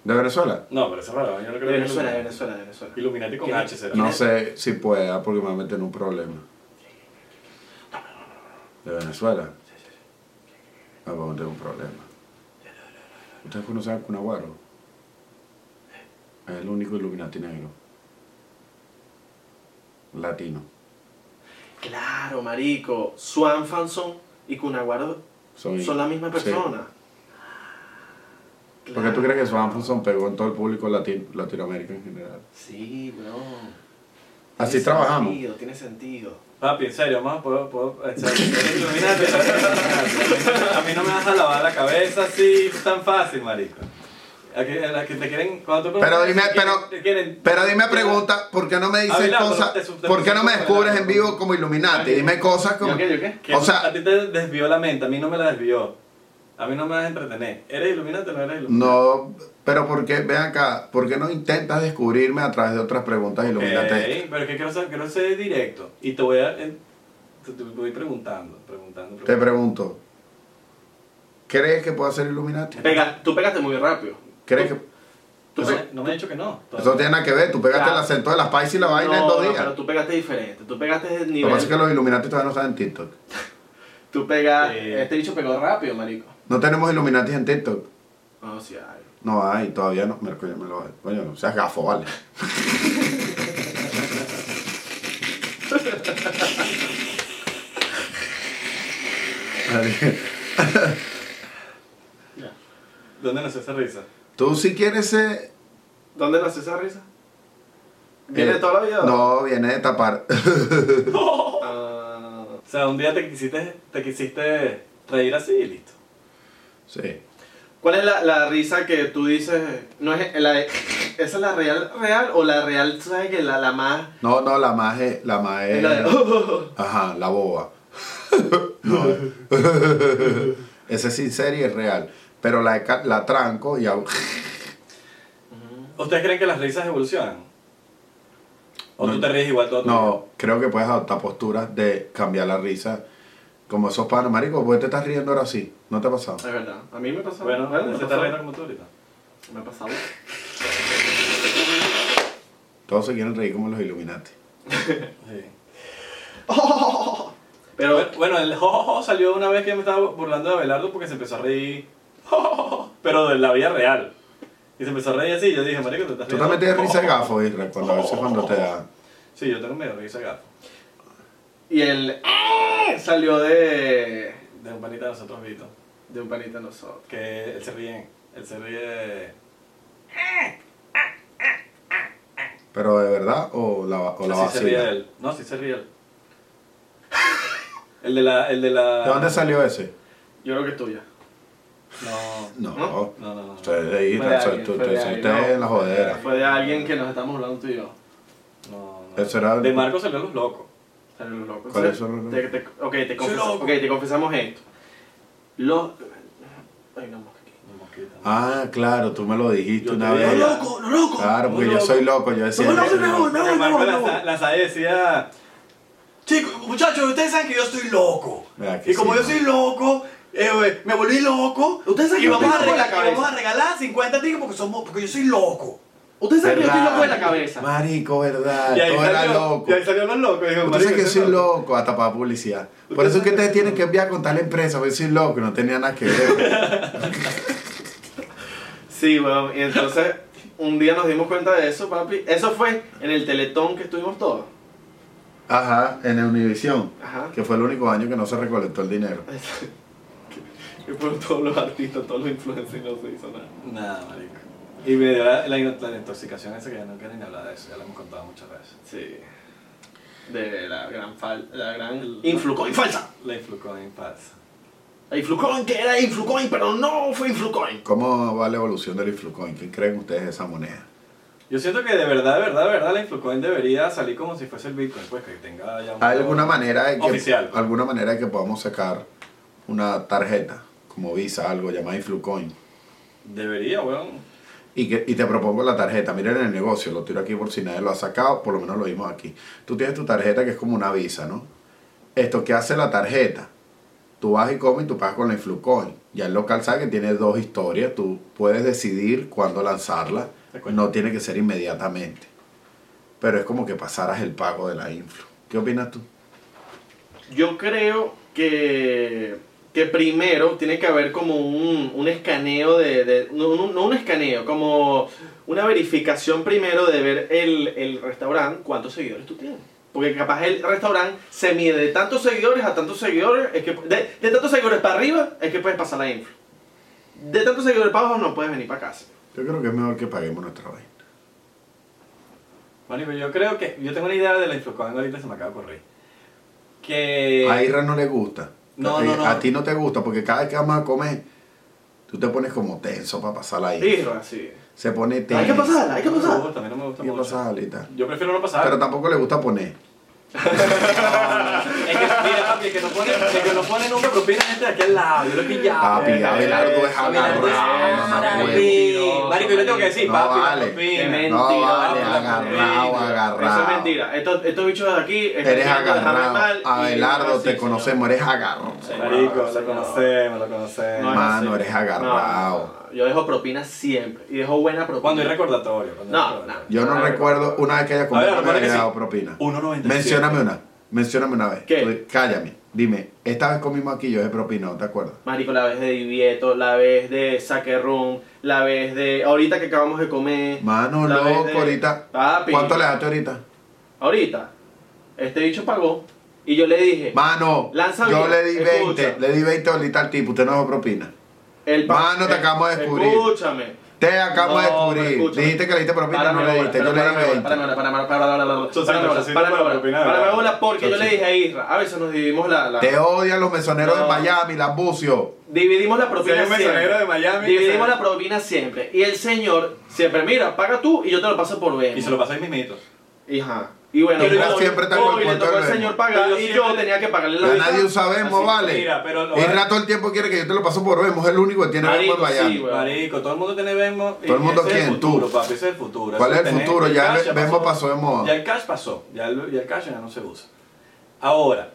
¿De Venezuela?
No, pero eso es raro. Yo no creo
De
que
Venezuela, de Venezuela, de Venezuela.
Illuminati con
¿Quién?
H será.
No
es?
sé si pueda porque me va a meter en un problema. ¿De Venezuela? Me va a meter en un problema. ¿Ustedes conocen a Cunaguaro? Es el único Illuminati negro. Latino.
Claro, marico. Swan Fanson y Cunaguaro
Soy-
son la misma
sí.
persona.
¿Por qué tú crees que Swan Funson pegó en todo el público latino, Latinoamérica en general?
Sí, bro.
Así
Tiene
trabajamos.
Sentido, tiene sentido.
Papi, en serio, más puedo, puedo, en serio, eres Illuminati, eres Illuminati. A mí no me vas a lavar la cabeza así tan fácil, marico. A que, a que te quieren, cuando tú
Pero dime,
te
pero-
te quieren-
Pero dime pregunta, ¿por qué no me dices
Abelardo,
cosas?
te sub- te
¿Por qué no me
sub-
descubres en
Abelardo.
vivo como Illuminati? Dime cosas como...
¿Yo qué? ¿Yo qué?
que
O sea-
a ti te desvió la mente, a mí no me la desvió. A mí no me vas a entretener. ¿Eres Illuminati o no eres Illuminati?
No, pero ¿por qué? Ven acá, ¿por qué no intentas descubrirme a través de otras preguntas Illuminati?
Ok, pero es que quiero ser, quiero ser directo. Y te voy a, eh, te, te voy preguntando, preguntando,
Te
preguntando.
pregunto, ¿crees que puedo ser Illuminati?
Pega- tú pegaste muy rápido.
¿Crees que...?
Tú
No
pe-
me- no me has dicho que no.
Eso no tiene nada que ver, tú pegaste
Ya.
el acento de las paisas y la vaina en
no,
dos
no,
días.
pero tú pegaste diferente. Tú pegaste el
Lo que
nivel.
pasa es que los Illuminati todavía no están en TikTok.
Tú pegas.
Sí.
Este bicho pegó rápido, marico.
No tenemos Illuminati en TikTok.
No, sí, ay.
No hay, todavía no. Mira, coño, me lo Coño, no seas gafo, vale. Vale.
¿Dónde nació esa risa?
Tú si quieres ser...
¿Dónde nació esa risa? ¿Viene
eh,
de toda la vida?
No, viene de tapar.
Ah,
O sea, un día te quisiste, te quisiste reír así y listo.
sí.
¿Cuál es la, la risa que tú dices? ¿No es la, de- ¿Esa es la real real o la real, sabes que la, la más.
No, no, la más es... La más
es
es...
la de-
Ajá, la boba. no, ese es sincero y es real. pero la, ca- la tranco y hago...
¿Ustedes creen que las risas evolucionan? ¿O
No.
tú te ríes igual todo
No, creo que puedes adoptar posturas de cambiar la risa. Como esos panos, marico, ¿por qué te estás riendo ahora así? ¿No te ha pasado?
Es verdad. A mí me pasó.
Bueno,
¿verdad?
se
me
está
pasó.
riendo como tú ahorita.
Me ha pasado.
Todos se quieren reír como los Illuminati.
Sí.
Pero
Bueno, bueno, el jojojo salió una vez que me estaba burlando de Abelardo porque se empezó a reír. jojojo, pero de la vida real. Y se empezó a reír así. y Yo dije, marico, te estás
Tú
riendo.
también tienes risa de
jojojo".
gafo, Israel, cuando a veces cuando te da...
Sí, yo tengo medio risa de gato.
Y el ¡eh! salió de,
De un panita de nosotros, Vito.
de un panita de nosotros.
Que él se ríe. Él se ríe de.
¿Pero de verdad o la, o la
Así se ríe
vacila?
él. No, sí se ríe él. El de la. El de la.
¿De dónde salió ese?
Yo creo que es tuya.
No.
No,
¿No?
No, no, no. no.
ustedes de
Fue de
Israel, soy
alguien,
tú,
fue de
soy
alguien,
ustedes
no.
en la jodera.
Fue de alguien que nos estamos hablando tú y yo.
No, no.
Eso era-
De Marco salió los locos.
Salió los locos.
¿Cuáles son los
Te- te- ok, te
Soy
confesa-
loco.
ok, te confesamos esto. Los. Ay, no, mosca aquí.
No, mosquita.
Ah, claro, tú me lo dijiste
Yo
una
te
vez.
digo,
No loco, no loco.
Claro, porque
No,
yo
loco.
soy loco, yo decía...
No, no, no, no, no.
Porque Marco
no.
la- la sabe decía.
Chicos, muchachos, ustedes saben que yo estoy loco.
Vea que
Y como
sí,
yo
¿no?
soy loco, eh, güey, me volví loco.
Ustedes saben
y
que yo
vamos, a
estoy loco de la
regalar, y
cabeza.
vamos a regalar 50 tickets porque, somos, porque yo soy loco.
Ustedes saben que yo estoy
¿Verdad?
loco de la cabeza.
Marico, verdad,
Y ahí,
Ah, todo era
salió,
loco.
y ahí salió los locos. Dijo,
Usted sabe
"Marico,
que
ese
soy
loco".
loco hasta para publicidad. Por eso es que ustedes tienen que enviar con tal empresa, porque soy loco, no tenía nada que ver.
Sí, weón. Y entonces, un día nos dimos cuenta de eso, papi. Eso fue en el teletón que estuvimos todos.
Ajá, en Univisión,
Ajá.
que fue el único año que no se recolectó el dinero.
Y fueron todos los artistas, todos los influencers y no se hizo nada.
Nada, marico. Y me dio la, la, la intoxicación esa que ya no quiero ni hablar de eso. Ya lo hemos contado muchas veces.
Sí. De la gran fal la gran
El-
Influcoin falsa.
La influcoin falsa.
La Influcoin que era Influcoin, pero no fue Influcoin.
¿Cómo va la evolución del Influcoin? ¿Qué creen ustedes de esa moneda?
Yo siento que de verdad, de verdad, de verdad, la influcoin debería salir como si fuese el Bitcoin. Pues que tenga ya un
¿Hay alguna manera de que,
Oficial.
alguna manera de que podamos sacar una tarjeta, como Visa, algo llamada Influcoin?
Debería, weón.
Y, que, y te propongo la tarjeta, miren el negocio, lo tiro aquí por si nadie lo ha sacado, por lo menos lo vimos aquí. Tú tienes tu tarjeta que es como una visa, ¿no? Esto que hace la tarjeta, tú vas y comes y tú pagas con la Influcoin. Ya el local sabe que tiene dos historias, tú puedes decidir cuándo lanzarla,
De acuerdo.
no tiene que ser inmediatamente. Pero es como que pasaras el pago de la Influ. ¿Qué opinas tú?
Yo creo que, que primero tiene que haber como un, un escaneo de... de- no, no- no un escaneo, como una verificación primero de ver el, el restaurante, cuántos seguidores tú tienes. Porque capaz el restaurante se mide de tantos seguidores a tantos seguidores, es que de, de tantos seguidores para arriba es que puedes pasar la info. De tantos seguidores para abajo no puedes venir para casa.
Yo creo que es mejor que paguemos nuestra vaina.
Marico, yo creo que. Yo tengo una idea de la influcoin ahorita se me acaba de correr. Que.
Eh,
A Irra no le gusta.
No,
Eh,
no, no.
A ti no te gusta porque cada vez que vamos a comer, tú te pones como tenso para pasar la Influ.
Irra, sí.
Se pone tenso.
Hay que pasar, Ah. hay que
no me
pasar.
gusta, a mí no me gusta
Hay que
mucho.
pasar, ahorita.
Yo prefiero no pasar.
Pero tampoco le gusta poner.
Es que, mira, papi, es que no ponen, es que no ponen una propina gente de aquí al lado. Yo lo he pillado.
Ah,
Papi,
Eh,
Abelardo es
Abelardo
eh,
es-
agarrado, mamá,
Papi. Marico, yo le tengo que decir,
No
papi, la
vale.
propina.
Qué
No vale,
Mentira,
agarrado,
mentira.
agarrado.
Eso es mentira. Estos, estos bichos de aquí. están
Eres
queriendo dejarme mal
agarrado.
eh, y-
Abelardo,
sí,
te
señor.
conocemos, eres agarrado.
Sí,
Marico,
claro,
lo
señor.
conocemos, lo conocemos.
es
Mano,
así.
eres agarrado.
No, no, no. Yo dejo propina siempre. Y dejo buena propina.
Cuando hay recordatorio. cuando hay
No,
recordatorio.
Yo no
A ver,
recuerdo una vez que haya
a
comido
ver,
que me
recuerda
haya
que
dado
sí.
propina.
1.97.
Mencióname una. Mencióname una vez.
¿Qué?
Tú- Cállame. Dime, esta vez comimos aquí yo de propina, ¿no te acuerdas?
Marico, la vez de Divieto, la vez de Sake Room, la vez de. Ahorita que acabamos de comer.
Mano,
la vez
loco,
de-
ahorita.
Papi.
¿Cuánto le daste ahorita?
Ahorita. Este bicho pagó. Y yo le dije.
Mano,
Lanza
yo
bien,
le di 20,
escucha.
le di 20 ahorita al tipo, usted no dejó propina.
el pa-
Mano, te
el-
acabo de descubrir.
Escúchame.
Te acabo de
No, pero
descubrir.
escúchame.
Dijiste que le diste propina, no le diste. Yo le di 20.
Para, para, para, para,
Entonces, entonces, para opinar,
para,
¿verdad?
bola porque yo le
Entonces.
dije a Isra, a veces nos dividimos la, la-
Te odian los mesoneros
No.
de Miami, las bucio.
dividimos la
Si hay
propina
un mesonero de
siempre.
Miami.
Dividimos
que
la propina siempre y el señor siempre, mira, paga tú y yo te lo paso por
se- Y
ver.
se lo pasó ahí mismito.
Hija. Y bueno,
Pero
hoy-
siempre está con
hoy
el
le
cuento
tocó
del
el señor
verbo.
pagar
Pero yo
y yo
siempre-
tenía que pagarle la
Ya
vida.
nadie usa Venmo,
Así,
vale.
mira, pero lo-
el rato el tiempo quiere que yo te lo paso por Venmo, es el único que tiene Venmo
Marico,
en Miami.
sí, güey.
Pues, Marico, todo el mundo tiene Venmo. y
¿Todo el mundo
ese es
quién?
el futuro,
Tú.
papi, ese es el futuro.
¿Cuál
Eso
es el
tenés-
futuro? Ya
cash
el Venmo pasó de
Ya
moda.
el cash pasó, ya el, ya el cash ya no se usa. Ahora,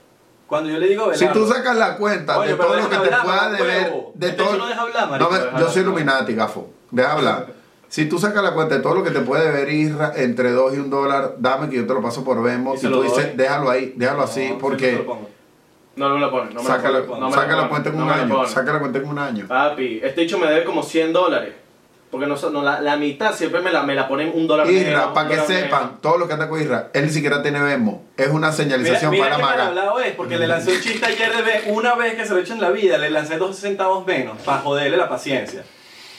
cuando yo le digo a
Si
Abelardo,
tú sacas la cuenta
Oye,
de
pero
todo lo que
déjame
te
hablar,
pueda
mamá,
deber,
huevo.
de
Este
todo.
no deja hablar,
No
marico,
me-
deja
yo
hablar.
soy Illuminati, gafo. Deja hablar. Si tú sacas la cuenta de todo lo que te puede deber Isra entre 2 y 1 dólar, dame que yo te lo paso por Venmo.
Y
Y
se
tú
lo
dices,
doy.
déjalo ahí, déjalo
No,
así,
yo no te
porque
lo pongo.
No me lo pone, no me
saca
lo
la
pone. no me lo
saca la
pone,
cuenta en
no
un
me lo
año.
pone.
Saca la cuenta en un año.
Papi, este hecho me debe como 100 dólares. Porque no, so- no, la, la mitad siempre me la, me la ponen un dólar
Isra, para que
sepan
sepan, todos los que andan con Isra, él ni siquiera tiene Venmo. Es una
Mira,
señalización
mira
para
qué mal
Maga.
hablado es, porque le lancé un chiste ayer de ve- una vez que se lo he hecho en la vida, le lancé dos centavos menos para joderle la paciencia.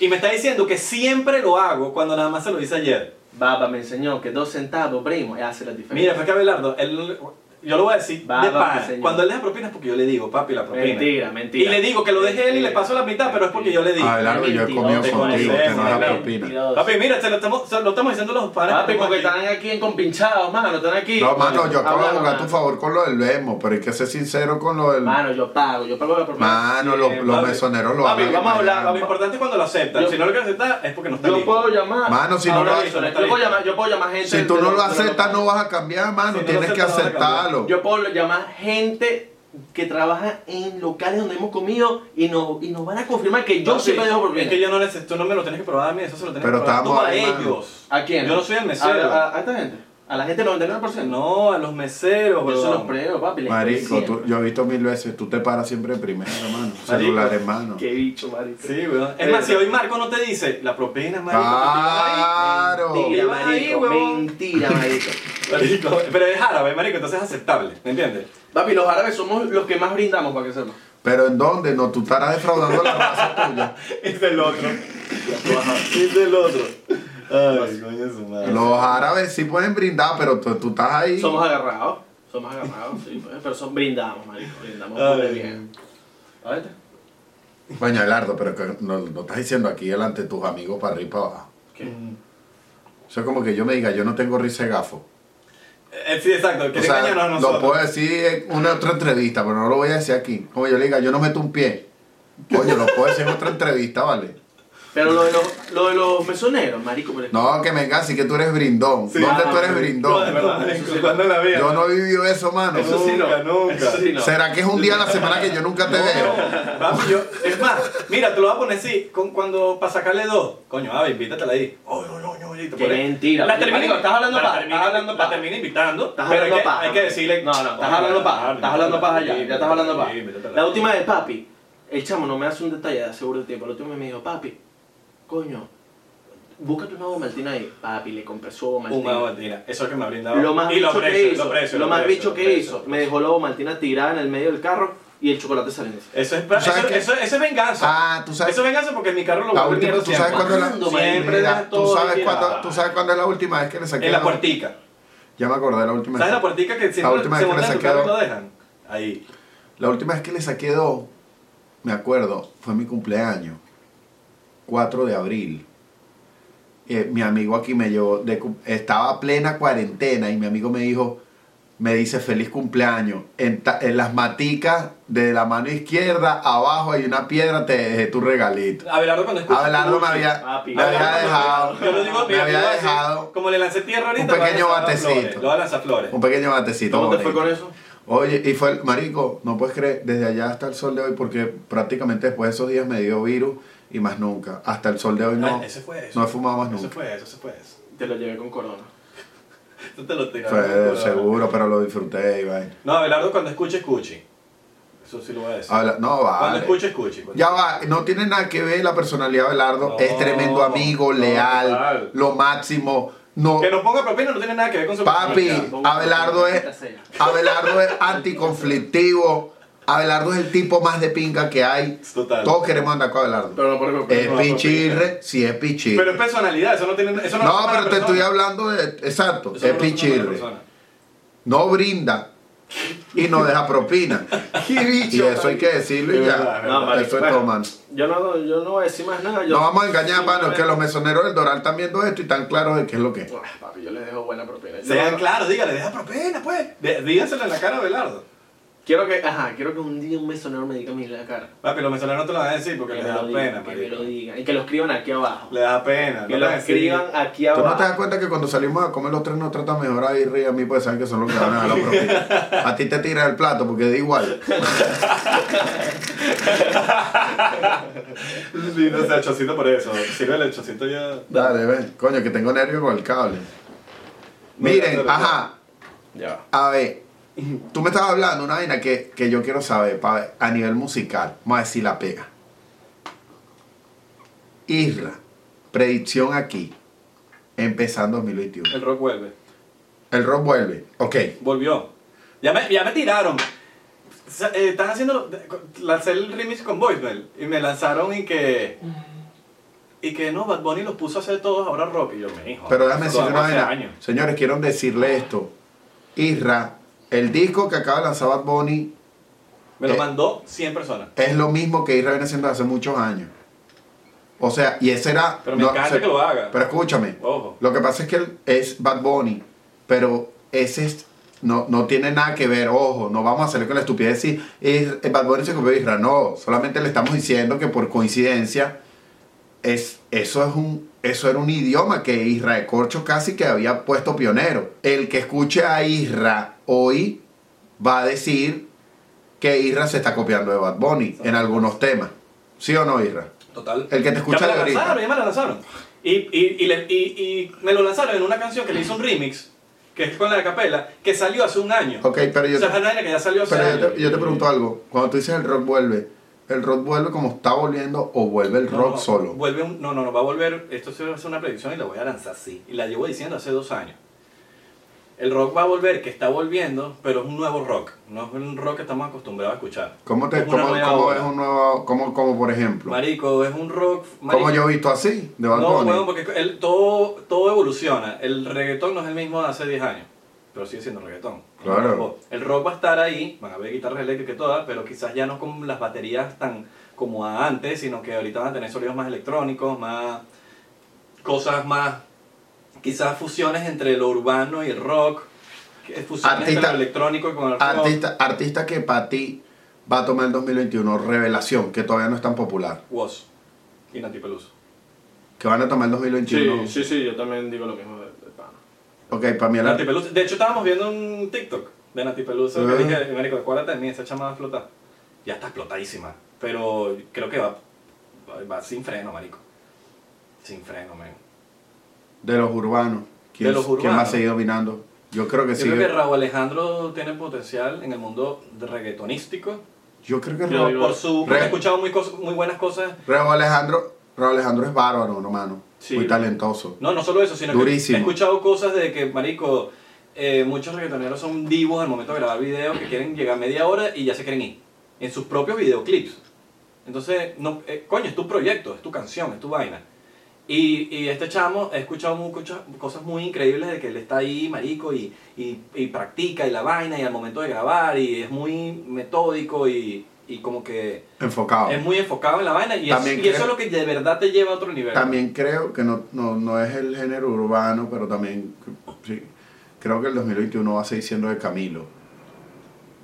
Y me está diciendo que siempre lo hago cuando nada más se lo hice ayer.
Baba me enseñó que dos centavos, primo, hace la diferencia.
Mira, fue que Abelardo, él- yo lo voy a decir
Va,
de
va,
pana.
señor.
Cuando él deja propinas, porque yo le digo, papi, la propina.
mentira, mentira.
Y le digo que lo deje él y le paso la mitad, pero es porque yo le digo.
Abelardo, Ah, yo he comido
te
contigo,
conoces,
que no da
Abelardo.
propina.
Papi, mira, se lo estamos, se lo estamos diciendo los padres.
Papi,
que
porque
estamos
están
aquí.
aquí en compinchados, mano, están aquí.
No, mano, yo acabo de
Habla,
jugar a
mano.
tu favor con lo del Venmo, pero hay que ser sincero con lo del.
Mano, yo pago, yo pago la propina.
Mano,
Sí,
los,
papi.
los mesoneros lo
Papi,
hablan.
vamos a hablar,
mano.
Lo importante es cuando lo aceptan.
Yo-
si no lo quieres aceptar, es porque no está
Yo
listo.
puedo llamar.
Mano, si no
Ahora
lo-
mismo, yo puedo llamar, yo puedo llamar gente.
Si tú
de-
no
de-
lo
de-
aceptas, no vas a cambiar, mano.
Si no lo
Tienes que
aceptas, no vas a cambiar.
aceptarlo.
Yo puedo llamar gente que trabaja en locales donde hemos comido y nos, y nos van a confirmar que yo
Papi,
siempre dejo propina.
Es que yo no necesito, tú no me lo tienes que probar a mí, eso se lo tienes
Pero
que probar tú
estábamos
a
ahí, mano.
ellos.
¿A quién?
Yo no soy el
a,
mesero.
a, a esta gente. A la gente del 99%.
No, a los meseros,
Yo se los
huevón.
pruebo, papi. les
Marico,
doy
tú-
siempre.
yo he visto mil veces, tú te paras siempre de primero, mano. Celular en mano.
Qué bicho, marico.
Sí, weón. Es más, si hoy Marco no te dice la propina, marico.
Claro.
Mentira,
Ibas ahí,
marico.
huevón.
mentira, marico.
Marico, pero es árabe, marico, entonces es aceptable, ¿me entiendes?
Papi, los árabes somos los que más brindamos, para que sepas.
Pero ¿en dónde? No, tú estarás defraudando a la raza tuya.
Es del otro. es del otro. Ay, coño su madre.
Los árabes sí pueden brindar, pero tú, tú estás ahí.
Somos agarrados. Somos agarrados, sí. pues, Pero son brindamos, marico. Brindamos
Ay.
muy bien. A ver.
Coño, Abelardo, pero que no, no estás diciendo aquí delante de tus amigos para arriba y para abajo.
¿Qué?
Eso es como que yo me diga, yo no tengo risa de gafo.
Eh, sí, exacto,
O
que
sea,
engañarnos a
lo
nosotros.
puedo decir en una otra entrevista, pero no lo voy a decir aquí. Como yo le diga, yo no meto un pie. Coño, lo puedo decir en otra entrevista, ¿vale?
Pero lo de los, lo de los mesoneros, marico. pero-
No, que me engañes, que tú eres brindón.
Sí.
¿Dónde
Ah,
tú eres
sí.
No, de
brindón?
verdad, marico, ¿cuándo la vida?
Yo no he vivido eso, mano.
Eso sí, nunca, nunca.
Eso sí, no.
¿Será que es un día a la semana que yo nunca te veo?
Papi, yo, es más, mira, te lo voy a poner así, con, cuando, para sacarle dos. Coño, Ave, invítatela ahí. Oh, no, no, no, y te
Qué
pones-
mentira.
La
Marico,
termina,
estás hablando
la
paja,
termina-
estás hablando
La
paja.
termina invitando.
Estás
pero hay
hablando
que,
paja.
Hay que decirle.
No, no, estás hablando paja. Estás hablando paja ya. Ya estás hablando paja.
Sí, invítatela.
La última vez, papi. El chamo no me hace un detalle de seguro tiempo. La última vez me dijo, papi, coño, búscate una agua Martina ahí. Papi, le compré su agua
Una
Martina.
botina. Eso es que me ha brindado.
Lo más
y lo
bicho que
precio,
hizo,
lo precio.
lo más
precio,
bicho
lo
que
precio.
hizo, me dejó la agua Martina tirada en el medio del carro y el chocolate saliendo. así.
Eso es,
sabes
eso,
qué?
eso, eso es venganza.
Ah, tú sabes.
eso es venganza porque en mi carro lo
La
vuelve
última,
mierda
tú sabes
siempre.
cuándo es la.
Cuando
Siempre
Mira,
dejas
tú
todo
sabes
ahí
cuándo,
tirado.
tú sabes cuándo es la última vez que le saqué.
En la
la-
puertica.
Ya me acordé la última
¿Sabes la
vez.
puertica que
La
siempre
última
se
vez que
montan
le
en
saqué
tu carro y
dos.
lo dejan? Ahí.
La última vez que le saqué dos, me acuerdo, fue mi cumpleaños, 4 de abril. Eh, mi amigo aquí me llevó, de cum- estaba plena cuarentena y mi amigo me dijo, me dice feliz cumpleaños. En, ta- en las maticas de la mano izquierda, abajo hay una piedra, te dejé tu regalito.
Abelardo cuando escucha.
Abelardo me había,
papi.
me había
Abelardo,
dejado,
Yo lo digo,
me
mira, yo
había
voy a decir,
dejado
Como le lancé tierra ahorita.
un
lo voy a
pequeño
lanzar a
batecito.
flores, Lo voy a lanzar a flores.
un pequeño batecito.
¿Cómo te fue
bonito.
con eso?
Oye, y fue, el- marico, no puedes creer, desde allá hasta el sol de hoy, porque prácticamente después de esos días me dio virus y más nunca. Hasta el sol de hoy no,
Ah, ese fue eso.
no he fumado más
Eso
nunca.
fue eso, eso fue eso.
Te lo llevé con corona.
Tú te lo tiraron.
Fue
Pero-
seguro, pero lo disfruté y vaina.
No, Abelardo cuando escuche, escuche. Eso sí lo voy a decir.
Habla- no,
Cuando
Ah, vale.
escuche, escuche. Cuando-
Ya va, no tiene nada que ver la personalidad de Belardo.
No,
es tremendo amigo,
no,
leal,
total.
lo máximo. No,
Que nos ponga propina no tiene nada que ver con su
Papi,
personalidad.
Abelardo es, Abelardo es anticonflictivo. Abelardo es el tipo más de pinga que hay.
Total.
Todos queremos andar con Abelardo.
Pero no por el
Es
no,
pichirre, sí es pichirre.
Pero es personalidad, eso no tiene. Eso no,
No,
hace
pero
mala
te estoy
persona.
hablando de. Exacto,
Eso
es
no hace mala
pichirre.
persona.
No brinda y no deja propina. y eso hay que decirlo y
Es
ya.
verdad, es
verdad.
eso es todo, mano.
pues, Yo no, yo no voy a decir más nada. Yo
No vamos a engañar,
Sí,
mano, que
pero-
los mesoneros del Doral están viendo esto y están claros de qué es lo que es.
Ah, Papi, yo les dejo buena propiedad. Yo
Sean
no-
claros, dígale, deja propena, pues. De- díganselo en la cara a Belardo.
Quiero que, ajá, quiero que un día un mesonero me diga a mí en la cara.
Papi, los venezolanos no te lo van a decir porque
Que
les
me
da
lo diga,
pena,
que me lo
marico.
digan. Y que lo escriban aquí abajo.
Les da pena.
Que
no
lo
te decir.
escriban aquí
¿Tú
abajo.
no te das cuenta que cuando salimos a comer los tres nos tratan mejor ahí ríe a mí pues saben que son los que van a dar la propina? A ti te tiras el plato porque da igual.
Lindo ese chocito por eso. Sirve el chocito ya.
Dale, ven. Coño, que tengo nervios con el cable. Miren, ajá.
Ya.
A ver, tú me estabas hablando una vaina que, que yo quiero saber pa' ver, a nivel musical. Vamos a ver si la pega. Isra, predicción aquí. Empezando 2021.
El rock vuelve.
El rock vuelve. Ok.
Volvió. Ya me, ya me tiraron. Sa- eh, Están haciendo. Lancé el remix con Voicemail. Y me lanzaron y que. Y que no, Bad Bunny los puso a hacer todos ahora rock. Y yo me dijo.
Pero déjame decir
decir
una vaina. Señores, quiero decirle esto. Isra, el disco que acaba de lanzar Bad Bunny
Me lo
Eh.
mandó 100 personas.
es lo mismo que Isra viene haciendo hace muchos años. O sea, y ese era.
Pero me
no,
encanta
se-
que lo haga.
Pero escúchame.
Ojo.
Lo que pasa es que él es Bad Bunny, pero ese es- no, no tiene nada que ver, ojo, no vamos a salir con la estupidez de decir, "Es- eh, Bad Bunny se copió de Isra, no, solamente le estamos diciendo que por coincidencia, es, eso, es un, eso era un idioma que Isra de Corcho casi que había puesto pionero. El que escuche a Isra hoy va a decir que Isra se está copiando de Bad Bunny en algunos temas, ¿sí o no Isra?
Total.
El que te escucha
ya me
de
lo
ahorita.
lanzaron, ya me lo lanzaron. Y, y, y, le- y- y me lo lanzaron en una canción que le hizo un remix, que es con la de capela, que salió hace un año.
Ok, pero yo...
o sea, es una vaina que ya salió hace
Pero
años.
yo te, yo te pregunto algo. Cuando tú dices el rock vuelve, ¿el rock vuelve como está volviendo o vuelve el
No,
rock
no,
solo?
Vuelve un- no, no, no, va a volver. Esto se va a hacer una predicción y la voy a lanzar así. Y la llevo diciendo hace dos años. El rock va a volver, que está volviendo, pero es un nuevo rock. No es un rock que estamos acostumbrados a escuchar.
¿Cómo, te,
es una
cómo,
nueva
cómo
ola.
es un nuevo, cómo, cómo, por ejemplo?
Marico, es un rock.
¿Cómo
marico,
yo he visto así de Bad
No,
Bunny?
weón, porque el- todo, todo evoluciona. El reggaetón no es el mismo de hace 10 años, pero sigue siendo reggaetón.
Claro.
El rock va a estar ahí, van a haber guitarras eléctricas y todas, pero quizás ya no con las baterías tan como a antes, sino que ahorita van a tener sonidos más electrónicos, más cosas más, quizás fusiones entre lo urbano y el rock, que- fusiones
Artista-
entre lo electrónico y con el rock.
artista, artista que para ti va a tomar el 2021, revelación, que todavía no es tan popular.
Was y Nati Peluso.
Que van a tomar el
Sí,
2021.
sí, sí, yo también digo lo mismo de, de pana.
Ok, para mí el
Nati Peluso. De hecho, estábamos viendo un TikTok de Nati Peluso
Ah.
que dije, marico, acuérdate de mí, esa chama va a explotar. Ya está explotadísima, pero creo que va, va, va sin freno, marico. Sin freno, men.
de los urbanos. ¿Quién,
De los
¿Quién va a
urbanos.
seguir dominando? Yo creo que
Yo
sigue.
creo que Raúl Alejandro tiene potencial en el mundo de reggaetonístico.
yo creo que
Yo
Ra-
digo-
Por su,
Re-
he escuchado muy, cos- muy buenas cosas.
Raúl Alejandro, Raúl Alejandro es bárbaro, hermano.
Sí.
Muy talentoso.
No, no solo eso, sino
Durísimo.
que he escuchado cosas de que, marico, eh, muchos reggaetoneros son divos al momento de grabar videos que quieren llegar a media hora y ya se quieren ir. En sus propios videoclips. Entonces, no, eh, coño, es tu proyecto, es tu canción, es tu vaina. Y, y este chamo, he escuchado muchas cosas muy increíbles de que él está ahí, marico, y, y, y practica y la vaina y al momento de grabar y es muy metódico y, y como que
Enfocado.
es muy enfocado en la vaina y, es-
También
y
creo-
eso es lo que de verdad te lleva a otro nivel.
También creo que no, no, no es el género urbano, pero también sí, creo que el 2021 va a seguir siendo de Camilo.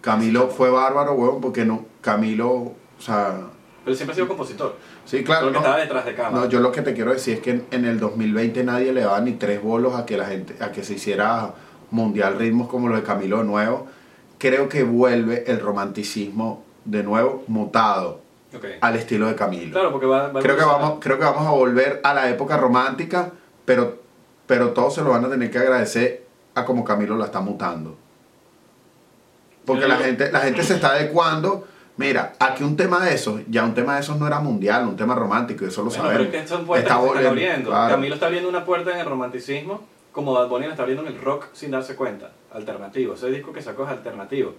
Camilo fue bárbaro, huevón, porque no, Camilo, o sea,
Pero siempre ha sido compositor.
sí, claro.
Lo que
no,
estaba detrás de cámara.
No, yo lo que te quiero decir es que en, en el 2020 nadie le daba ni tres bolos a que la gente, a que se hiciera mundial ritmos como los de Camilo de nuevo. Creo que vuelve el romanticismo de nuevo mutado
Ok.
al estilo de Camilo.
Claro, porque va, va a
creo que
evolucionar.
vamos creo que vamos a volver a la época romántica pero pero todos se lo van a tener que agradecer a como Camilo la está mutando porque la gente la gente se está adecuando mira aquí un tema de esos ya un tema de esos no era mundial un tema romántico y eso lo
Bueno,
sabemos
pero es que son puertas que se están
volviendo,
abriendo.
claro.
Camilo está abriendo una puerta en el romanticismo, como Bad Bunny la está abriendo en el rock sin darse cuenta. Alternativo. Ese disco que sacó es alternativo.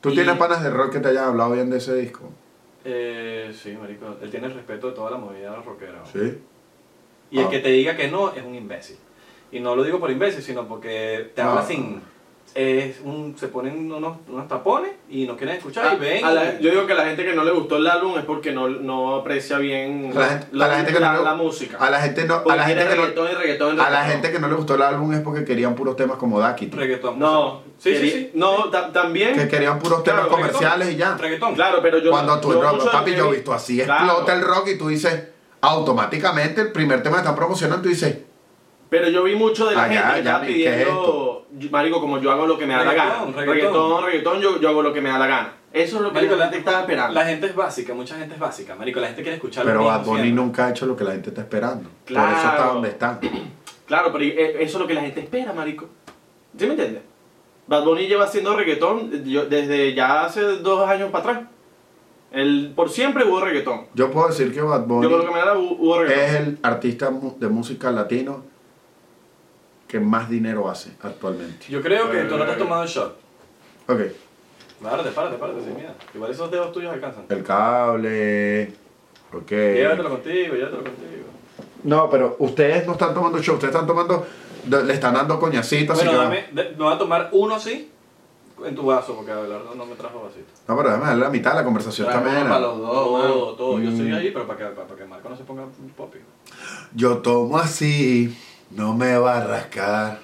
tú
y-
tienes panas de rock que te hayan hablado bien de ese disco
Eh, sí, marico. Él tiene el respeto de toda la movida rockera. ¿no?
sí
Y el
Ah.
que te diga que no es un imbécil. Y no lo digo por imbécil, sino porque te
Ah.
habla sin, es un, se ponen unos, unos tapones y no quieren escuchar
A-
y ven.
Ah, a la- yo digo que la gente que no le gustó el álbum es porque no, no aprecia bien
La gente- la gente que no le-
la música.
A la gente no, a la gente que no,
reggaetón y reggaetón y
a la
reggaetón.
gente que no le gustó el álbum es porque querían puros temas como Ducky,
reggaetón.
No,
Sí,
quería-
sí, sí.
No, ta- también.
que querían puros temas
Claro, eh,
comerciales y ya.
Reggaetón.
Claro, pero yo.
Cuando tú
yo
rock,
mucho de lo
papi,
que
yo he
vi-
visto así,
Claro,
explota el rock y tú dices, automáticamente el primer tema que están promocionando, tú dices,
Pero yo vi mucho de
Ah,
la gente
ya,
que
ya
estaba
vi, ¿qué es
pidiendo. yo- Marico, como yo hago lo que me da la gana.
Reggaetón, reggaetón.
Reggaetón, reggaetón, yo, yo hago lo que me da la gana. Eso es lo que
Marico,
la gente estaba esperando.
La gente es básica, mucha gente es básica, marico, la gente quiere escuchar lo
pero
mismo
Bad Bunny
siempre.
nunca ha hecho lo que la gente está esperando. Por eso está
Claro.
donde está.
Claro, pero eh, eso es lo que la gente espera, marico. ¿Sí me entiendes? Bad Bunny lleva haciendo reggaetón eh, yo- desde ya hace dos años para atrás. El, por siempre hubo reggaetón.
Yo puedo decir que Bad
Yo
Bunny
creo que me da hu- hubo reggaetón.
es el artista mu- de música latino que más dinero hace actualmente.
Yo creo que tú no te has tomado el shot.
Ok,
Párate, párate, párate, sin miedo. Igual esos dedos tuyos alcanzan.
el cable. Ok.
Llévatelo contigo, llévatelo contigo.
No, pero ustedes no están tomando show, ustedes están tomando. Le están dando coñacitas.
Bueno,
así que-
dame, de- me voy a tomar uno sí en tu vaso, porque Abelardo no me trajo vasito.
No, pero déjame darle la mitad de la conversación
Trae
también.
uno para los dos, mano.
todo, todo. Yo soy
Mm.
ahí, pero para que, para, para que Marco no se ponga un popi.
Yo tomo así, no me va a rascar.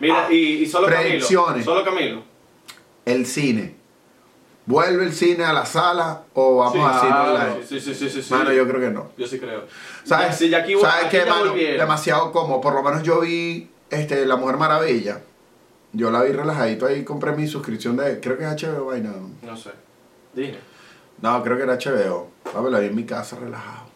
Mira, y, y solo Camilo.
Predicciones.
Solo Camilo.
El cine. ¿Vuelve el cine a la sala o vamos
Sí,
a cine
Ah,
online?
sí, sí, sí, sí, sí.
Mano, yo creo que no.
Yo sí creo.
¿Sabes,
Sí, ya aquí-
¿sabes
aquí
qué,
ya
mano?
volvieron.
Demasiado como. Por lo menos yo vi este, La Mujer Maravilla. Yo la vi relajadito ahí, compré mi suscripción de. Creo que es HBO, vaina.
No sé. Dije.
No, creo que era HBO. Papi, la vi en mi casa relajado.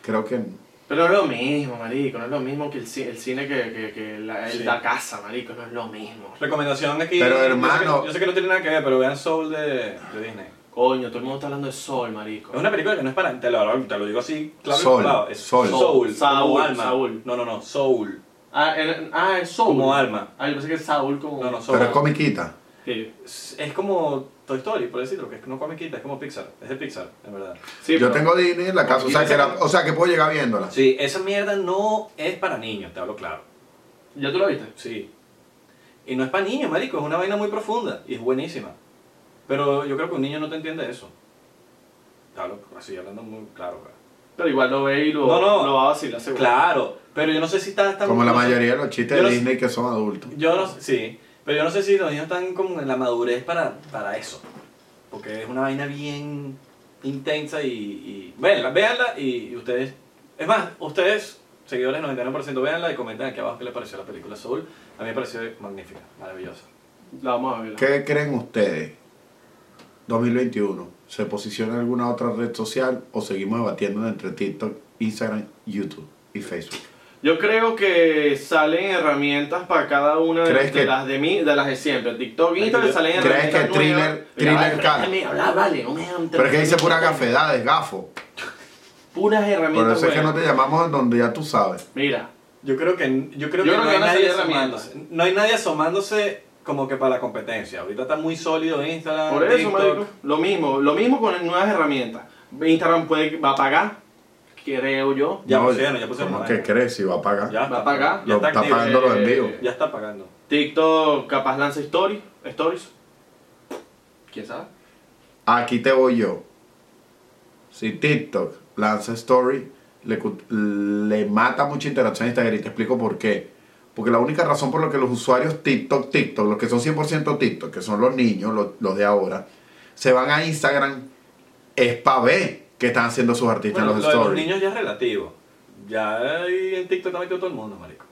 Creo que.
Pero no es lo mismo, marico. No es lo mismo que el, ci- el cine que, que, que la, el
Sí.
la casa, marico. No es lo mismo.
Recomendación aquí.
Pero,
yo sé que- Yo sé
hermano-
que, no tiene nada que ver, pero vean Soul de, de Disney.
Coño, todo el mundo está hablando de sol, marico.
Es una película que no es para. Te lo, te lo digo así, claro. y
Soul,
claro, Es
Soul.
Soul. como
Saúl,
alma.
Saúl.
No, no, no. Soul.
Ah, en- ah, es Soul.
Como alma.
Ah, yo pensé que es Saúl como...
No, no, Soul.
Pero es comiquita.
Sí,
Es- es como Toy Story, por decirlo, que es- no comiquita, es como Pixar. Es de Pixar, en verdad.
Sí,
yo
pero-
tengo Disney en la casa, o sea, que la- o sea que puedo llegar viéndola.
Sí, esa mierda no es para niños, te hablo claro.
¿Ya tú lo viste?
Sí. Y no es para niños, marico, es una vaina muy profunda y es buenísima. Pero yo creo que un niño no te entiende eso. Te hablo así, hablando muy claro. pues. güey.
Pero igual lo ve y lo,
No, no.
lo va a vacilar seguro.
Claro, pero yo no sé si estás tan...
Como la mayoría de los chistes de
Yo no-
Disney que son adultos.
Yo no sí, pero yo no sé si los niños están como en la madurez para, para eso. Porque es una vaina bien intensa y... y véanla, véanla y, y ustedes... Es más, ustedes, seguidores 99%, véanla y comenten aquí abajo qué les pareció la película Soul. A mí me pareció magnífica, maravillosa.
La vamos a ver.
¿Qué creen ustedes? 2021, ¿se posiciona en alguna otra red social o seguimos debatiendo entre TikTok, Instagram, YouTube y Facebook?
Yo creo que salen herramientas para cada una de,
¿Crees
de
que-
las de mí, de las de siempre. Tiktok, Instagram,
yo-
salen
¿Crees
herramientas
que Thriller-
nuevas.
Thriller
vale,
Cal?
déjame hablar, vale, no me hagan-
Pero es que dice pura cafedades, gafo.
Puras
Por
herramientas
eso es que no
buenas.
te llamamos en donde ya tú sabes.
Mira,
Yo creo que, yo creo que
Yo creo
no
que
hay
van a
nadie
salir herramientas.
asomándose. No hay nadie asomándose como que para la competencia. Ahorita está muy sólido Instagram.
Por eso,
Ah, TikTok.
marico, lo mismo, lo mismo con nuevas herramientas. Instagram puede, va a pagar, creo yo.
Ya
No,
pusieron, ya pusieron.
¿Cómo
la
que
vaina.
crees si va a pagar?
Ya
Va
está,
para acá.
Ya
Lo
está,
está
activo.
pagando los
eh,
envíos.
Ya está pagando.
TikTok capaz lanza stories, stories.
¿Quién sabe?
Aquí te voy yo. Si TikTok lanza story, le, cu- le mata mucha interacción a Instagram y te explico por qué. Porque la única razón por la que los usuarios TikTok, TikTok, los que son 100% TikTok, que son los niños, los, los de ahora, se van a Instagram es para ver qué están haciendo sus artistas
Bueno,
en
lo
los
de los
stories.
niños ya es relativo. Ya ahí en TikTok está metido todo el mundo, marico.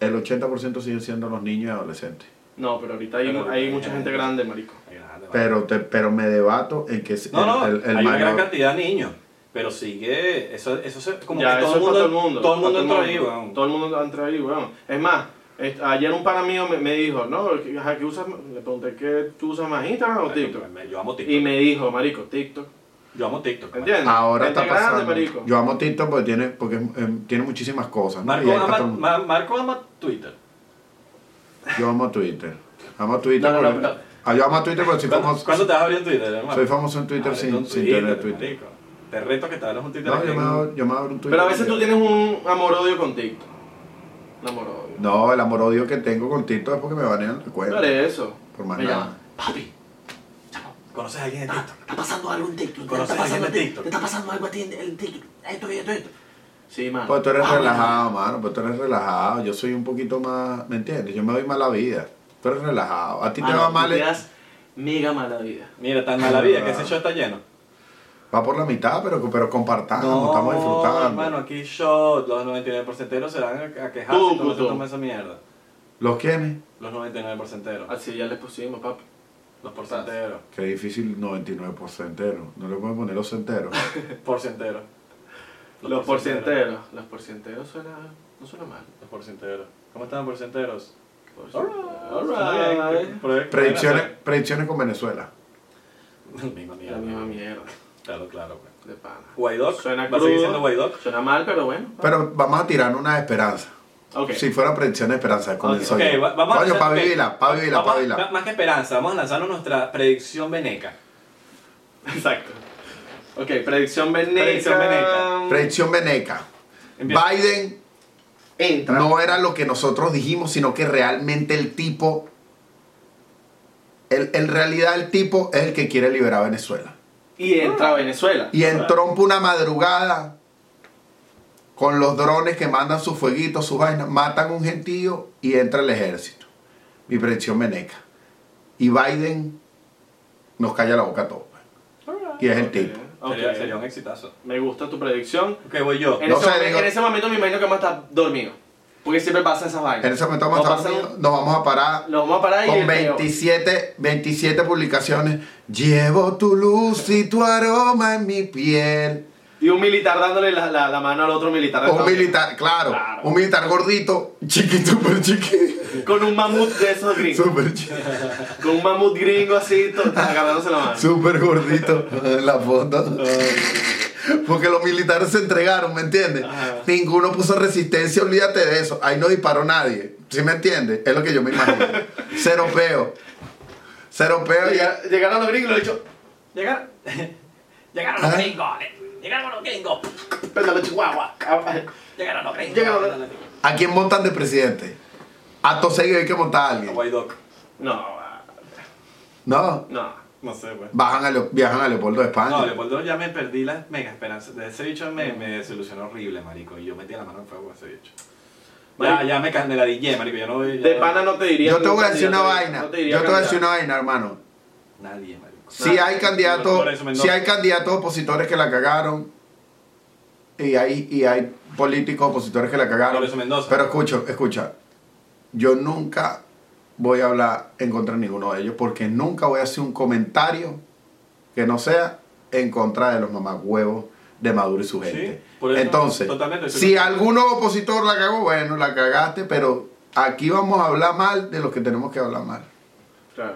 El 80% siguen siendo los niños y adolescentes.
No, pero ahorita hay,
Pero
hay
hay
mucha
gente.
gente grande, marico.
Ay, grande, vale.
Pero, te, pero me debato en que
no, no,
el, el
hay una gran
mayor-
cantidad de niños. Pero sigue, eso, eso se, como
Ya,
que todo
eso
el, mundo,
es para todo el mundo.
todo el mundo
para
entró ahí, weón.
Todo el mundo entra ahí, weón. Es más, es- ayer un pana mío me, me dijo, no, que- ajá, ¿qué usas? Le pregunté, ¿qué tú usas más, Instagram o TikTok?
Yo amo
Y
TikTok.
me dijo, marico, TikTok.
Yo amo TikTok. marico.
¿Entiendes?
Ahora
Gente
está pasando.
grande, marico.
Yo amo TikTok porque tiene, porque es- em, tiene muchísimas cosas. ¿no? Y
Marco
ahí está
ama,
todo el mundo.
Ma- Marco ama Twitter.
Yo amo Twitter. Amo Twitter.
No, no,
porque-
no, no.
Ah, yo amo Twitter porque soy
¿Cuándo,
famoso.
cuándo te vas a abrir en Twitter, hermano?
Soy famoso en Twitter
Ábrete
sin,
un
sin tener Twitter.
marico. Te reto que te abras un Twitter.
No,
aquí
yo me,
en-
abro, yo me abro un Twitter.
Pero a veces tú tienes un amor-odio con TikTok. Un amor-odio.
No, el amor odio que tengo con Tito es porque me banean el
No
recuerdo.
haré eso.
Por más
Me
nada.
llama.
Papi,
¿Conoces a alguien en
ah,
TikTok?
está pasando algo en TikTok. Te
Conoces
está
a alguien
pasando,
de
te-
TikTok.
te está pasando algo a ti en, en TikTok. Esto, esto, esto.
Sí, mano.
Pues tú eres
Ah,
relajado, mano. Pues tú eres relajado. Yo soy un poquito más. ¿Me entiendes? Yo me doy mala vida. Tú eres relajado. A ti te
Mano,
va
tú
mal.
Ah, te
eh,
das mega mala vida.
Mira, tan mala vida
Ah.
que ese show está lleno.
Va por la mitad, pero, pero compartamos. estamos disfrutando.
hermano, aquí shot. Los 99%eros se van a a quejarse
Tú,
cuando se
puto.
toma esa mierda.
¿Los quiénes?
Los 99%eros.
Así ya les pusimos, papi.
Los porcenteros.
Qué difícil 99% entero. No le pueden poner los enteros.
Porcenteros.
Los, porcienteros. Los porcienteros suena, no suena mal.
Los porcenteros. ¿Cómo están, porcenteros?
Alright.
predicciones, predicciones con Venezuela.
Misma
La misma
mierda.
mierda.
Claro, claro. pues.
De pana.
Guaidó.
Suena
¿Va a seguir
crudo.
siendo Guaidó?
Suena mal, pero bueno.
Pero vamos a tirar una esperanza.
Ok.
Si fuera predicción de esperanza, comenzó
Ok,
yo.
va- vamos a
Coño,
hacer-
pa'
ok.
vivirla, pa' vivirla, pa'
Vamos a-
vivirla.
ma- Más que esperanza, vamos a lanzarnos nuestra predicción veneca.
Exacto. Ok, predicción veneca.
Predicción veneca.
Predicción veneca.
Empieza.
Biden
Entra.
no era lo que nosotros dijimos, sino que realmente el tipo, el- en realidad el tipo es el que quiere liberar a Venezuela.
Y entra a Venezuela.
Y en Trump una madrugada, con los drones que mandan sus fueguitos, sus vainas, matan un gentío y entra el ejército. Mi predicción meneca. Y Biden nos calla la boca a todos. Y es el tipo.
Ok.
Sería, sería un exitazo.
Me gusta tu predicción.
Ok, voy yo.
En,
No
ese
sé,
momento,
digo-
en ese momento me imagino que vamos a estar dormidos. Porque siempre pasa esas vainas.
En ese momento vamos a
Nos
estar
pasan-
dormidos, nos vamos a parar
Nos vamos a parar y
con
el peo.
27, 27 publicaciones. Llevo tu luz y tu aroma en mi piel.
Y un militar dándole la, la- la mano al otro militar. de
Un
Estados
militar, claro,
Ah, Claro.
un militar gordito, chiquito, súper chiquito,
Unidos. Con un mamut de esos gringos.
súper chiquito.
Con un mamut gringo así, to- agarrándose la mano.
Súper gordito en la foto. Porque los militares se entregaron, ¿me entiendes? Ninguno puso resistencia, olvídate de eso. Ahí no disparó nadie. ¿Sí me entiendes? Es lo que yo me imagino. Cero peo. Cero peo.
Llega-
y-
Llegaron los gringos y le dicho,
Llegar. Llegaron los
Ah.
gringos. Llegaron los gringos.
pétalo chihuahua.
Llegaron los gringos.
Llegaron los-
¿A quién montan de presidente? A Toseguio hay que montar a
A
alguien.
Guaidó.
No, va,
No.
no.
No sé, pues.
Bajan a Leo- viajan a Leopoldo de
No,
España.
Leopoldo ya me perdí las mega esperanzas. De ese bicho me, me desilusionó horrible, marico. Y yo metí la mano en fuego a ese bicho. Ya,
Marico.
ya me candeladillé, marico. Yo no voy. ya
De
no-
pana no te diría.
Yo te voy a
nunca,
decir
yo
una
te-
vaina.
no
Yo
te
te
diría
voy a decir
candidato.
una vaina, hermano.
Nadie, marico.
Si hay candidatos,
Ah, Por eso, Mendoza.
si hay candidatos opositores que la cagaron y hay y hay políticos opositores que la cagaron.
Lorenzo Mendoza.
Pero escucho, escucha. Yo nunca voy a hablar en contra de ninguno de ellos porque nunca voy a hacer un comentario que no sea en contra de los mamagüevos de Maduro y su
Sí,
gente.
por eso,
Entonces,
totalmente, estoy
si
contigo.
alguno opositor la cagó, bueno, la cagaste, pero aquí vamos a hablar mal de los que tenemos que hablar mal.
Claro.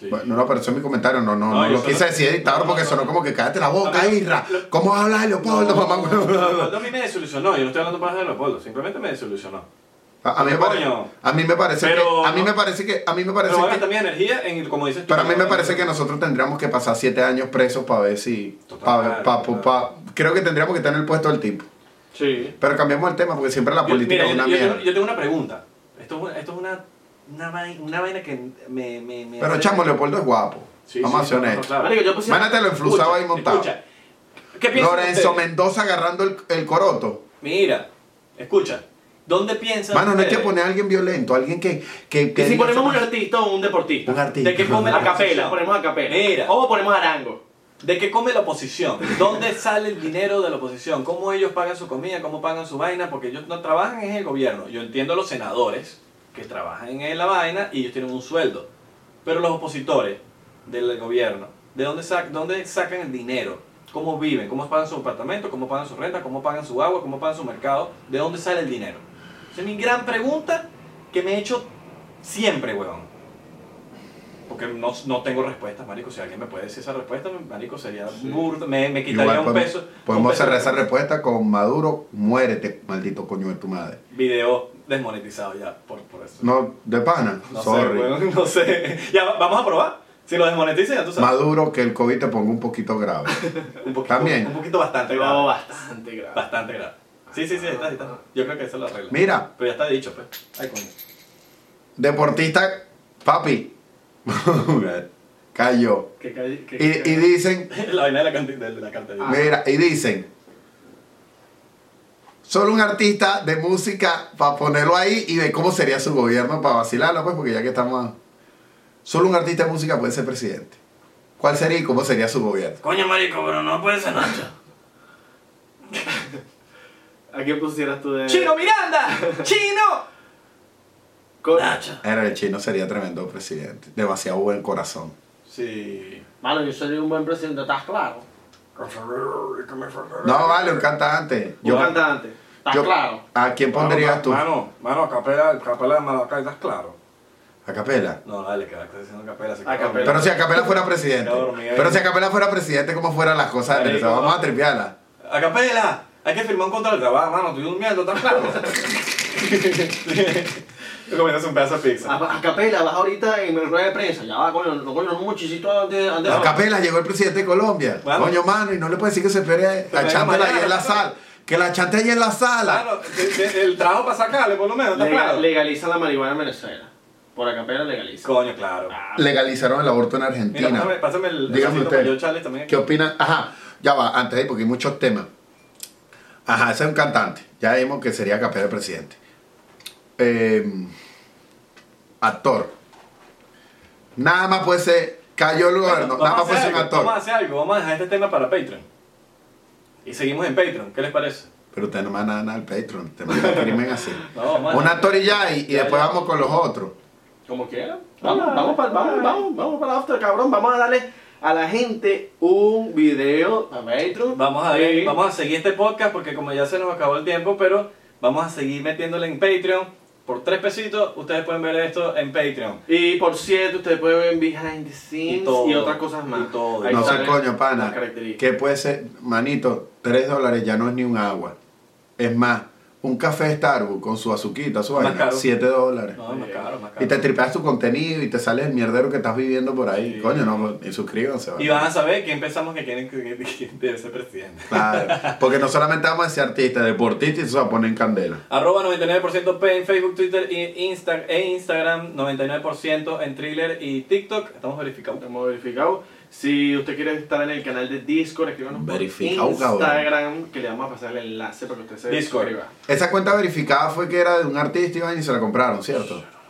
Sí.
Bueno, no apareció en mi comentario, no, no,
No,
no,
yo
lo
solo-
quise decir dictador
no,
porque
no,
sonó
no.
como que cállate la boca,
No, no,
Isra. ¿Cómo vas a hablar de Leopoldo, mamá?
Leopoldo a mí me desilusionó. Yo no estoy hablando para de Leopoldo. Simplemente me desilusionó.
A, a mí me
Coño.
parece, a mí me parece
Pero-
que, a mí me parece que, a mí me parece
Pero voy a
que,
gastar mi energía en, el- como dices tú.
pero a mí me parece que nosotros tendríamos que pasar siete años presos para ver si,
Total,
para, pa,
claro.
pa- creo que tendríamos que estar en el puesto del tipo.
Sí.
Pero cambiamos el tema porque siempre la
Yo-
política
mira,
es
yo-
una
yo,
mierda.
tengo- yo tengo una pregunta. Esto es, una- esto es una, una, vai- una vaina que me. me, me
pero
hace-
chamo, Leopoldo es guapo.
Sí,
Vamos
sí,
a ser
no, no,
honestos.
claro.
Marico, yo pues pusiera-
Mándate lo enflusado ahí montado.
Escucha. ¿Qué piensan
Lorenzo
ustedes?
Mendoza agarrando el, el coroto.
Mira, escucha. ¿Dónde piensan
Mano, no hay que
ustedes?
poner a alguien violento, alguien que, que,
Que
que
si
diga-
ponemos un artista o un deportista.
un artista.
¿De qué come
A capela,
oposición?
ponemos a capela.
Mira.
O ponemos arango.
¿De qué come la oposición? ¿Dónde sale el dinero de la oposición? ¿Cómo ellos pagan su comida? ¿Cómo pagan su vaina? Porque ellos no trabajan en el gobierno. Yo entiendo a los senadores que trabajan en la vaina y ellos tienen un sueldo. Pero los opositores del gobierno, ¿de dónde, sac- dónde sacan el dinero? ¿Cómo viven? ¿Cómo pagan su apartamento? ¿Cómo pagan su renta? ¿Cómo pagan su agua? ¿Cómo pagan su mercado? ¿De dónde sale el dinero? Esa es mi gran pregunta que me he hecho siempre, huevón. Porque no, no tengo respuestas, marico. Si alguien me puede decir esa respuesta, marico, sería burda. Me, me quitaría
Igual
un
podemos,
peso.
podemos
un peso
cerrar
de-
esa respuesta con Maduro, muérete, maldito coño de tu madre.
Video desmonetizado ya, por, por eso.
No, de pana,
No
sorry.
sé, huevón, no sé. Ya, va- vamos a probar. Si lo desmonetizan, ya tú sabes.
Maduro, que el COVID te ponga un poquito grave.
Un poquito,
También.
Un poquito bastante
Pero
grave.
bastante grave.
Bastante grave. Sí, sí, sí, está, está. Yo creo que esa es la regla.
Mira,
Pero ya está dicho, pues. Ay, coño.
deportista, papi, cayó.
Que calle- que-
Y, y dicen,
La vaina de la cantidad de la cantidad.
mira, y dicen, solo un artista de música para ponerlo ahí y ver cómo sería su gobierno para vacilarlo, pues, porque ya que estamos... Solo un artista de música puede ser presidente. ¿Cuál sería y cómo sería su gobierno?
Coño, marico, pero no puede ser Nacho.
¿A quién pusieras tú de.?
¡Chino Miranda! ¡Chino!
Co-
Nacho.
Era el chino sería tremendo presidente. Demasiado buen corazón.
Sí.
Mano, yo soy un buen presidente, ¿estás claro?
No, vale, un cantante.
Yo
Wow.
cantante.
¿Estás
Yo-
claro?
¿A quién pondrías tú? ¿A
Mano, mano, capela, capela de Maracay, ¿estás claro?
capela?
No, dale, que estás diciendo capela. Se
A
queda
capela.
Pero si a capela fuera presidente.
Ya dormí ahí.
Pero si a capela fuera presidente, ¿cómo fueran las cosas? de
Marico,
Venezuela? Vamos
no.
a tripearla.
dormido. A capela. Hay que firmar un contrato de trabajo, mano. Estoy durmiendo, ¿estás claro? Tú comienzas un pedazo de pizza.
A, a capela, vas ahorita en rueda de prensa, ya va, coño, no, coño, no muchísimo antes, antes
A capela llegó el presidente de Colombia.
Bueno.
Coño, mano, y no le puede decir que se espere
Pero
la chántela
mañana,
ahí en la
¿no?
sala. Que la chante ahí en la sala.
Claro, de- de- el trabajo para sacarle, por lo menos, ¿estás
Legal-
claro?
legaliza la marihuana en Venezuela. Por a capela legaliza.
Coño, claro.
Legalizaron el aborto en
Mira,
Argentina.
pásame, pásame el. el
Ah, Dígame
vasito
usted.
para Yo, Charles, también.
¿Qué opinan? Ajá, ya va, antes ahí, porque hay muchos temas. Ajá, ese es un cantante. Ya vimos que sería capela de presidente. Eh, actor. Nada más puede ser. Cayó el
Bueno,
gobierno.
vamos
Nada
a
más
hacer
puede ser un
algo, Vamos a
actor.
hacer algo, vamos a dejar este tema para Patreon. Y seguimos en Patreon, ¿qué les parece?
Pero usted no manda nada al Patreon. Te manda el crimen así.
No, vamos a-
Un actor y ya, y, y
Ya,
después
ya.
vamos con los otros.
Como quieran. Vamos, vamos, para, vamos, vamos, vamos para la after, cabrón. Vamos a darle a la gente un video a Patreon.
Vamos a,
Sí.
vamos a seguir este podcast porque como ya se nos acabó el tiempo, pero vamos a seguir metiéndole en Patreon. Por tres pesitos, ustedes pueden ver esto en Patreon.
Y por cierto, ustedes pueden ver behind the scenes
Y
y,
todo.
otras cosas más.
Y todo.
Ahí
No sé,
salen
coño, pana.
las características.
Que puede ser, manito, 3 dólares ya no es ni un agua. Es más, un café Starbucks con su azuquita, su
Más
vaina,
caro.
7 dólares.
No, es más caro, más caro.
Y te tripeas tu contenido y te sales el mierdero que estás viviendo por ahí.
Sí.
Coño, no, y suscríbanse. ¿vale?
Y van a saber quién pensamos que quieren que, que debe ser presidente.
Claro, porque no solamente vamos a decir artista, deportista y eso se pone en candela.
Arroba 99% P en Facebook, Twitter e, Insta- e Instagram. 99% en Thriller y TikTok. Estamos verificados.
Estamos verificados. Si usted quiere estar en el canal de Discord, escríbanos por
Verificado, cabrón.
Instagram, que le vamos a pasar el enlace para que usted se
Discord.
suscriba.
Esa cuenta verificada fue que era de un artista Iván, y se la compraron, ¿cierto?